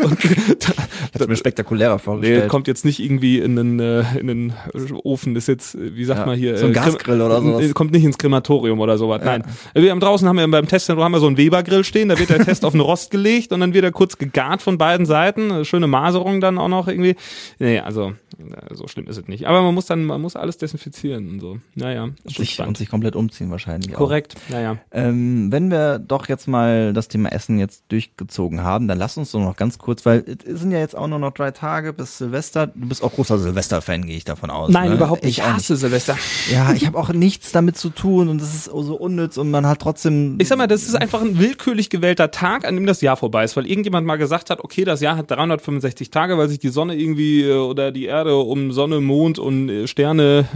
[SPEAKER 4] Hätte mir spektakulärer
[SPEAKER 3] nee,
[SPEAKER 4] vorgestellt.
[SPEAKER 3] kommt jetzt nicht irgendwie in einen, äh, in einen äh, Ofen, ist jetzt, äh, wie sagt
[SPEAKER 4] Ja,
[SPEAKER 3] man hier,
[SPEAKER 4] so ein
[SPEAKER 3] äh, Krem-
[SPEAKER 4] Gasgrill oder sowas.
[SPEAKER 3] äh, Kommt nicht ins Krematorium oder sowas. Nein. Wir haben draußen haben wir beim Testzentrum haben wir so einen Webergrill stehen, da wird der Test auf einen Rost gelegt und dann wird er kurz gegart von beiden Seiten. Äh, Schöne Maserung dann auch noch irgendwie. Nee, also äh, so schlimm ist es nicht. Aber man muss dann, man muss alles desinfizieren und so. Naja, ist schon
[SPEAKER 4] sich,
[SPEAKER 3] spannend.
[SPEAKER 4] und sich komplett umziehen wahrscheinlich. auch.
[SPEAKER 3] Korrekt, naja.
[SPEAKER 4] Ähm, wenn wir doch jetzt mal das Thema Essen jetzt durchgezogen haben, dann lass uns doch noch ganz kurz, weil es sind ja jetzt auch nur noch drei Tage bis Silvester. Du bist auch großer Silvester-Fan, gehe ich davon aus.
[SPEAKER 3] Nein,
[SPEAKER 4] ne?
[SPEAKER 3] überhaupt nicht. Ah, Ich
[SPEAKER 4] auch
[SPEAKER 3] hasse Silvester.
[SPEAKER 4] Ja, ich habe auch nichts damit zu tun und es ist so unnütz und man hat trotzdem.
[SPEAKER 3] Ich sag mal, das ist einfach ein willkürlich gewählter Tag, an dem das Jahr vorbei ist, weil irgendjemand mal gesagt hat, okay, das Jahr hat 365 Tage, weil sich die Sonne irgendwie äh, oder die Erde um Sonne, Mond und äh, Sterne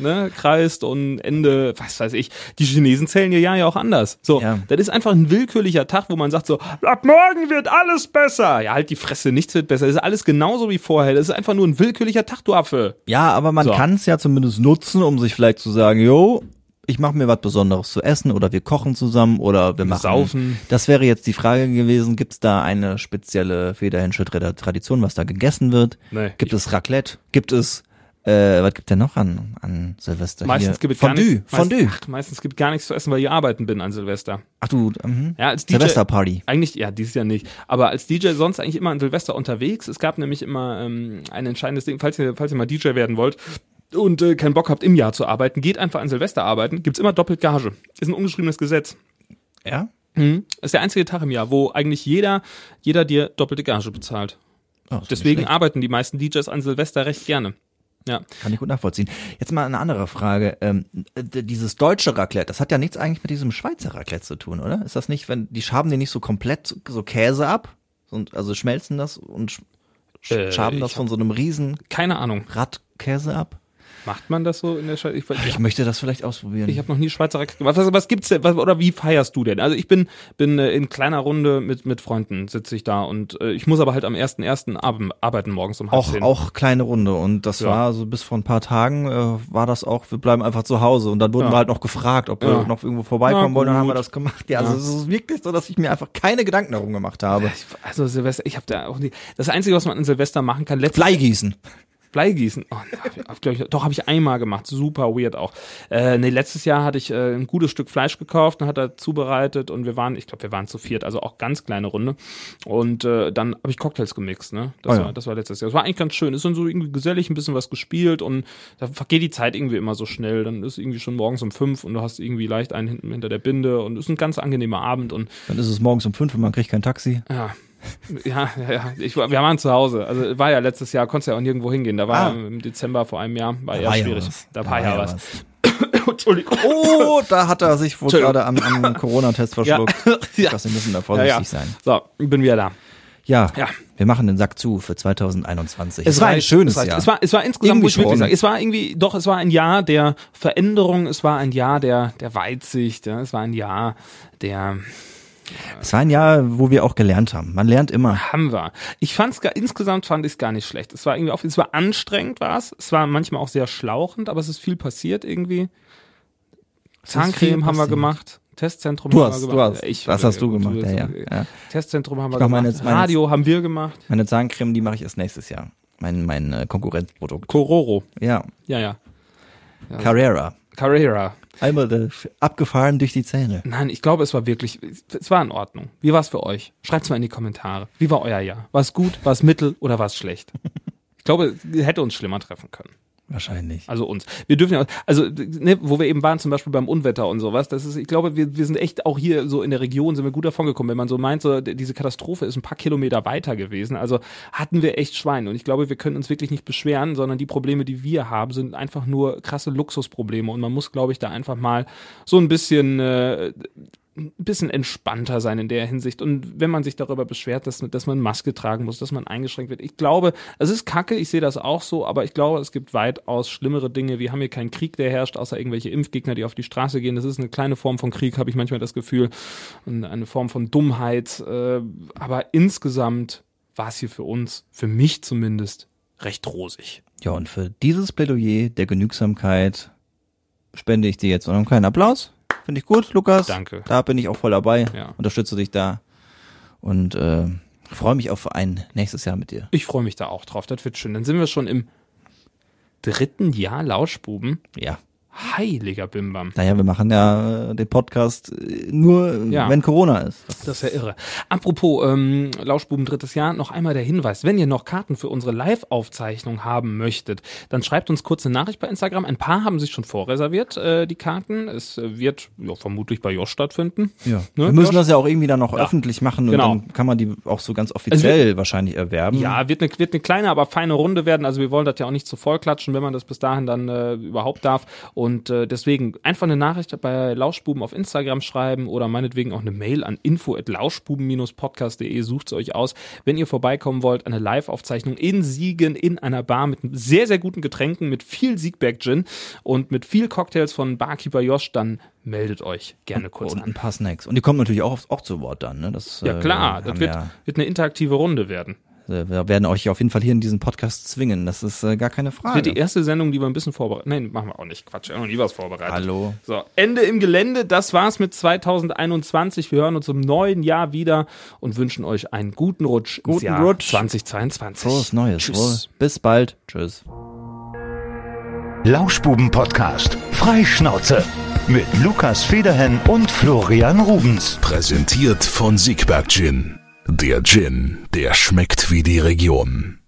[SPEAKER 3] äh, ne, kreist und Ende, was weiß ich. Die Chinesen zählen ihr Jahr ja auch anders. So, das ist einfach ein willkürlicher Tag, wo man sagt so, ab morgen wird alles besser. Ja, halt die Fresse, nichts wird besser. Es ist alles genauso wie vorher. Das ist einfach nur ein willkürlicher Tag, du Affe.
[SPEAKER 4] Ja, aber man
[SPEAKER 3] So.
[SPEAKER 4] kann es ja zumindest nutzen, um sich vielleicht zu sagen, jo, ich mache mir was Besonderes zu essen oder wir kochen zusammen oder wir machen.
[SPEAKER 3] saufen.
[SPEAKER 4] Das wäre jetzt die Frage gewesen, gibt es da eine spezielle federhensche Tradition, was da gegessen wird?
[SPEAKER 3] Nee.
[SPEAKER 4] Gibt es Raclette? Gibt es äh, was gibt denn noch an, an Silvester?
[SPEAKER 3] Meistens
[SPEAKER 4] Hier?
[SPEAKER 3] gibt es
[SPEAKER 4] Fondue,
[SPEAKER 3] gar nichts.
[SPEAKER 4] Fondue.
[SPEAKER 3] Meistens, ach, meistens gibt gar nichts zu essen, weil ich arbeiten bin an Silvester.
[SPEAKER 4] Ach du, mhm.
[SPEAKER 3] Ja, als DJ,
[SPEAKER 4] Silvesterparty.
[SPEAKER 3] Eigentlich, ja, dieses Jahr nicht. Aber als DJ sonst eigentlich immer an Silvester unterwegs. Es gab nämlich immer ähm, ein entscheidendes Ding, falls ihr, falls ihr mal DJ werden wollt und äh, keinen Bock habt, im Jahr zu arbeiten, geht einfach an Silvester arbeiten, gibt's immer doppelt Gage. Ist ein ungeschriebenes Gesetz.
[SPEAKER 4] Ja?
[SPEAKER 3] Mhm. Ist der einzige Tag im Jahr, wo eigentlich jeder, jeder dir doppelte Gage bezahlt.
[SPEAKER 4] Oh,
[SPEAKER 3] Deswegen arbeiten die meisten DJs an Silvester recht gerne. Ja.
[SPEAKER 4] Kann ich gut nachvollziehen. Jetzt mal eine andere Frage. Ähm, d- dieses deutsche Raclette, das hat ja nichts eigentlich mit diesem Schweizer Raclette zu tun, oder? Ist das nicht, wenn die schaben den nicht so komplett so Käse ab? Und, also schmelzen das und sch sch-
[SPEAKER 3] Äh,
[SPEAKER 4] schaben das
[SPEAKER 3] ich
[SPEAKER 4] von so einem riesen
[SPEAKER 3] Keine Ahnung.
[SPEAKER 4] Radkäse ab?
[SPEAKER 3] Macht man das so in der Schweiz? Ich, weiß-
[SPEAKER 4] Ich möchte das vielleicht ausprobieren.
[SPEAKER 3] Ich habe noch nie Schweizer Raclette gemacht. Was, was gibt's denn? Was, oder wie feierst du denn? Also ich bin bin äh, in kleiner Runde mit mit Freunden sitze ich da und äh, ich muss aber halt am 1.1. Ab, arbeiten morgens um halb
[SPEAKER 4] auch,
[SPEAKER 3] zehn.
[SPEAKER 4] auch kleine Runde und das
[SPEAKER 3] Ja.
[SPEAKER 4] war so bis vor ein paar Tagen äh, war das auch, wir bleiben einfach zu Hause und dann wurden
[SPEAKER 3] Ja.
[SPEAKER 4] wir halt noch gefragt, ob wir
[SPEAKER 3] Ja.
[SPEAKER 4] noch irgendwo vorbeikommen
[SPEAKER 3] Na
[SPEAKER 4] wollen, dann haben wir
[SPEAKER 3] gut.
[SPEAKER 4] das gemacht. Ja, also
[SPEAKER 3] Ja.
[SPEAKER 4] es ist wirklich so, dass ich mir einfach keine Gedanken darum gemacht habe.
[SPEAKER 3] Also Silvester, ich habe da auch nie. Das Einzige, was man an Silvester machen kann, letztes
[SPEAKER 4] Blei gießen.
[SPEAKER 3] Bleigießen. Oh, hab ich, hab, glaub ich, doch, habe ich einmal gemacht. Super weird auch. Äh, nee, letztes Jahr hatte ich äh, ein gutes Stück Fleisch gekauft und hat er zubereitet und wir waren, ich glaube, wir waren zu viert, also auch ganz kleine Runde. Und äh, dann habe ich Cocktails gemixt, ne? Das,
[SPEAKER 4] Oh ja.
[SPEAKER 3] war, das war letztes Jahr. Das war eigentlich ganz schön. Ist dann so irgendwie gesellig, ein bisschen was gespielt und da vergeht die Zeit irgendwie immer so schnell. Dann ist irgendwie schon morgens um fünf und du hast irgendwie leicht einen hinten hinter der Binde und ist ein ganz angenehmer Abend und
[SPEAKER 4] Dann ist es morgens um fünf und man kriegt kein Taxi.
[SPEAKER 3] ja. Ja, ja, ja. Ich, war- wir waren zu Hause. Also war ja letztes Jahr, konntest ja auch nirgendwo hingehen. Da war
[SPEAKER 4] Ah.
[SPEAKER 3] im Dezember vor einem Jahr, war
[SPEAKER 4] Da
[SPEAKER 3] ja
[SPEAKER 4] war ja
[SPEAKER 3] schwierig.
[SPEAKER 4] was.
[SPEAKER 3] da war ja was. Entschuldigung.
[SPEAKER 4] Oh, da hat er sich wohl
[SPEAKER 3] Entschuldigung.
[SPEAKER 4] gerade am, am Corona-Test verschluckt.
[SPEAKER 3] Ja.
[SPEAKER 4] Das, wir müssen da vorsichtig
[SPEAKER 3] Ja, ja.
[SPEAKER 4] sein.
[SPEAKER 3] So, bin wieder da.
[SPEAKER 4] Ja,
[SPEAKER 3] Ja.
[SPEAKER 4] wir machen den Sack zu für 2021.
[SPEAKER 3] reicht, es reicht. Es war, es war insgesamt,
[SPEAKER 4] Irgendwie
[SPEAKER 3] muss ich wirklich
[SPEAKER 4] schon.
[SPEAKER 3] sagen, es war irgendwie, doch, es war ein Jahr der Veränderung, es war ein Jahr der, der Weitsicht, ja. es war ein Jahr der,
[SPEAKER 4] Es war ein Jahr, wo wir auch gelernt haben. Man lernt immer.
[SPEAKER 3] haben wir. Ich fand's gar, insgesamt fand ich es gar nicht schlecht. Es war irgendwie auch, es war anstrengend, war es. Es war manchmal auch sehr schlauchend, aber es ist viel passiert irgendwie.
[SPEAKER 4] ist viel
[SPEAKER 3] Zahncreme haben wir
[SPEAKER 4] passiert.
[SPEAKER 3] gemacht. Testzentrum
[SPEAKER 4] Du
[SPEAKER 3] haben
[SPEAKER 4] hast-
[SPEAKER 3] wir
[SPEAKER 4] du
[SPEAKER 3] gemacht.
[SPEAKER 4] hast-
[SPEAKER 3] Ja, ich,
[SPEAKER 4] das hast du gemacht, ja, ja, ja.
[SPEAKER 3] Testzentrum haben wir
[SPEAKER 4] Ich mach
[SPEAKER 3] gemacht.
[SPEAKER 4] meine- meine-
[SPEAKER 3] Radio haben wir gemacht.
[SPEAKER 4] Meine Zahncreme, die mache ich erst nächstes Jahr. Mein, mein äh, Konkurrenzprodukt.
[SPEAKER 3] Kororo.
[SPEAKER 4] Ja.
[SPEAKER 3] Ja, ja. Ja. äh,
[SPEAKER 4] Carrera.
[SPEAKER 3] Carrera.
[SPEAKER 4] Einmal der- abgefahren durch die Zähne.
[SPEAKER 3] Nein, ich glaube, es war wirklich, es war in Ordnung. Wie war's für euch? Schreibt's mal in die Kommentare. Wie war euer Jahr? War's gut, war's mittel oder war's schlecht? Ich glaube, es hätte uns schlimmer treffen können.
[SPEAKER 4] Wahrscheinlich.
[SPEAKER 3] Also uns. Wir dürfen ja, also ne, wo wir eben waren, zum Beispiel beim Unwetter und sowas, das ist, ich glaube, wir, wir sind echt auch hier so in der Region, sind wir gut davon gekommen. Wenn man so meint, so, d- diese Katastrophe ist ein paar Kilometer weiter gewesen. Also hatten wir echt Schwein. Und ich glaube, wir können uns wirklich nicht beschweren, sondern die Probleme, die wir haben, sind einfach nur krasse Luxusprobleme. Und man muss, glaube ich, da einfach mal so ein bisschen äh, ein bisschen entspannter sein in der Hinsicht. Und wenn man sich darüber beschwert, dass, dass man Maske tragen muss, dass man eingeschränkt wird. Ich glaube, es ist kacke, ich sehe das auch so, aber ich glaube, es gibt weitaus schlimmere Dinge. Wir haben hier keinen Krieg, der herrscht, außer irgendwelche Impfgegner, die auf die Straße gehen. Das ist eine kleine Form von Krieg, habe ich manchmal das Gefühl. Und eine Form von Dummheit. Äh, aber insgesamt war es hier für uns, für mich zumindest, recht rosig.
[SPEAKER 4] Ja, und für dieses Plädoyer der Genügsamkeit spende ich dir jetzt noch einen kleinen Applaus. Finde ich gut, Lukas.
[SPEAKER 3] Danke.
[SPEAKER 4] Da bin ich auch voll dabei.
[SPEAKER 3] Ja.
[SPEAKER 4] Unterstütze dich da. Und äh, freue mich auf ein nächstes Jahr mit dir.
[SPEAKER 3] Ich freue mich da auch drauf. Das wird schön. Dann sind wir schon im dritten Jahr Lauschbuben.
[SPEAKER 4] Ja.
[SPEAKER 3] Heiliger Bimbam.
[SPEAKER 4] Naja, wir machen ja äh, den Podcast äh, nur, äh,
[SPEAKER 3] Ja.
[SPEAKER 4] wenn Corona ist.
[SPEAKER 3] Das ist ja irre. Apropos ähm, Lauschbuben drittes Jahr, noch einmal der Hinweis, wenn ihr noch Karten für unsere Live-Aufzeichnung haben möchtet, dann schreibt uns kurz eine Nachricht bei Instagram. Ein paar haben sich schon vorreserviert, äh, die Karten. Es äh, wird ja, vermutlich bei Josh stattfinden.
[SPEAKER 4] Ja.
[SPEAKER 3] Ne,
[SPEAKER 4] wir müssen
[SPEAKER 3] Josh?
[SPEAKER 4] das ja auch irgendwie dann noch öffentlich machen und
[SPEAKER 3] Genau.
[SPEAKER 4] dann kann man die auch so ganz offiziell
[SPEAKER 3] Also
[SPEAKER 4] wahrscheinlich erwerben.
[SPEAKER 3] Ja, wird eine, wird eine kleine, aber feine Runde werden. Also wir wollen das ja auch nicht zu voll klatschen, wenn man das bis dahin dann äh, überhaupt darf. Und äh, deswegen einfach eine Nachricht bei Lauschbuben auf Instagram schreiben oder meinetwegen auch eine Mail an info.lauschbuben-podcast.de. Sucht's euch aus. Wenn ihr vorbeikommen wollt, eine Live-Aufzeichnung in Siegen in einer Bar mit sehr, sehr guten Getränken, mit viel Siegberg-Gin und mit viel Cocktails von Barkeeper Josh, dann meldet euch gerne kurz
[SPEAKER 4] und
[SPEAKER 3] an.
[SPEAKER 4] ein paar Snacks. Und die kommen natürlich auch, auf- auch zu Wort dann. Ne? Das,
[SPEAKER 3] Ja
[SPEAKER 4] äh,
[SPEAKER 3] klar,
[SPEAKER 4] haben
[SPEAKER 3] das wird,
[SPEAKER 4] ja,
[SPEAKER 3] wird eine interaktive Runde werden.
[SPEAKER 4] äh, wir werden euch auf jeden Fall hier in diesen Podcast zwingen. Das ist äh, gar keine
[SPEAKER 3] Das
[SPEAKER 4] Frage.
[SPEAKER 3] wird die erste Sendung, die wir ein bisschen vorbereiten. Nein, machen wir auch nicht. Quatsch, wir haben noch nie was vorbereitet.
[SPEAKER 4] Hallo.
[SPEAKER 3] So, Ende im Gelände. Das war's mit 2021. Wir hören uns im neuen Jahr wieder und wünschen euch einen guten Rutsch. ins
[SPEAKER 4] Guten
[SPEAKER 3] Jahr
[SPEAKER 4] Rutsch.
[SPEAKER 3] 2022.
[SPEAKER 4] Frohes Neues.
[SPEAKER 3] Tschüss.
[SPEAKER 4] Frohe- Bis bald. Tschüss.
[SPEAKER 1] Lauschbuben-Podcast. Freischnauze. Mit Lukas Federhen und Florian Rubens.
[SPEAKER 2] Präsentiert von Siegberg Gin. Der Gin, der schmeckt wie die Region.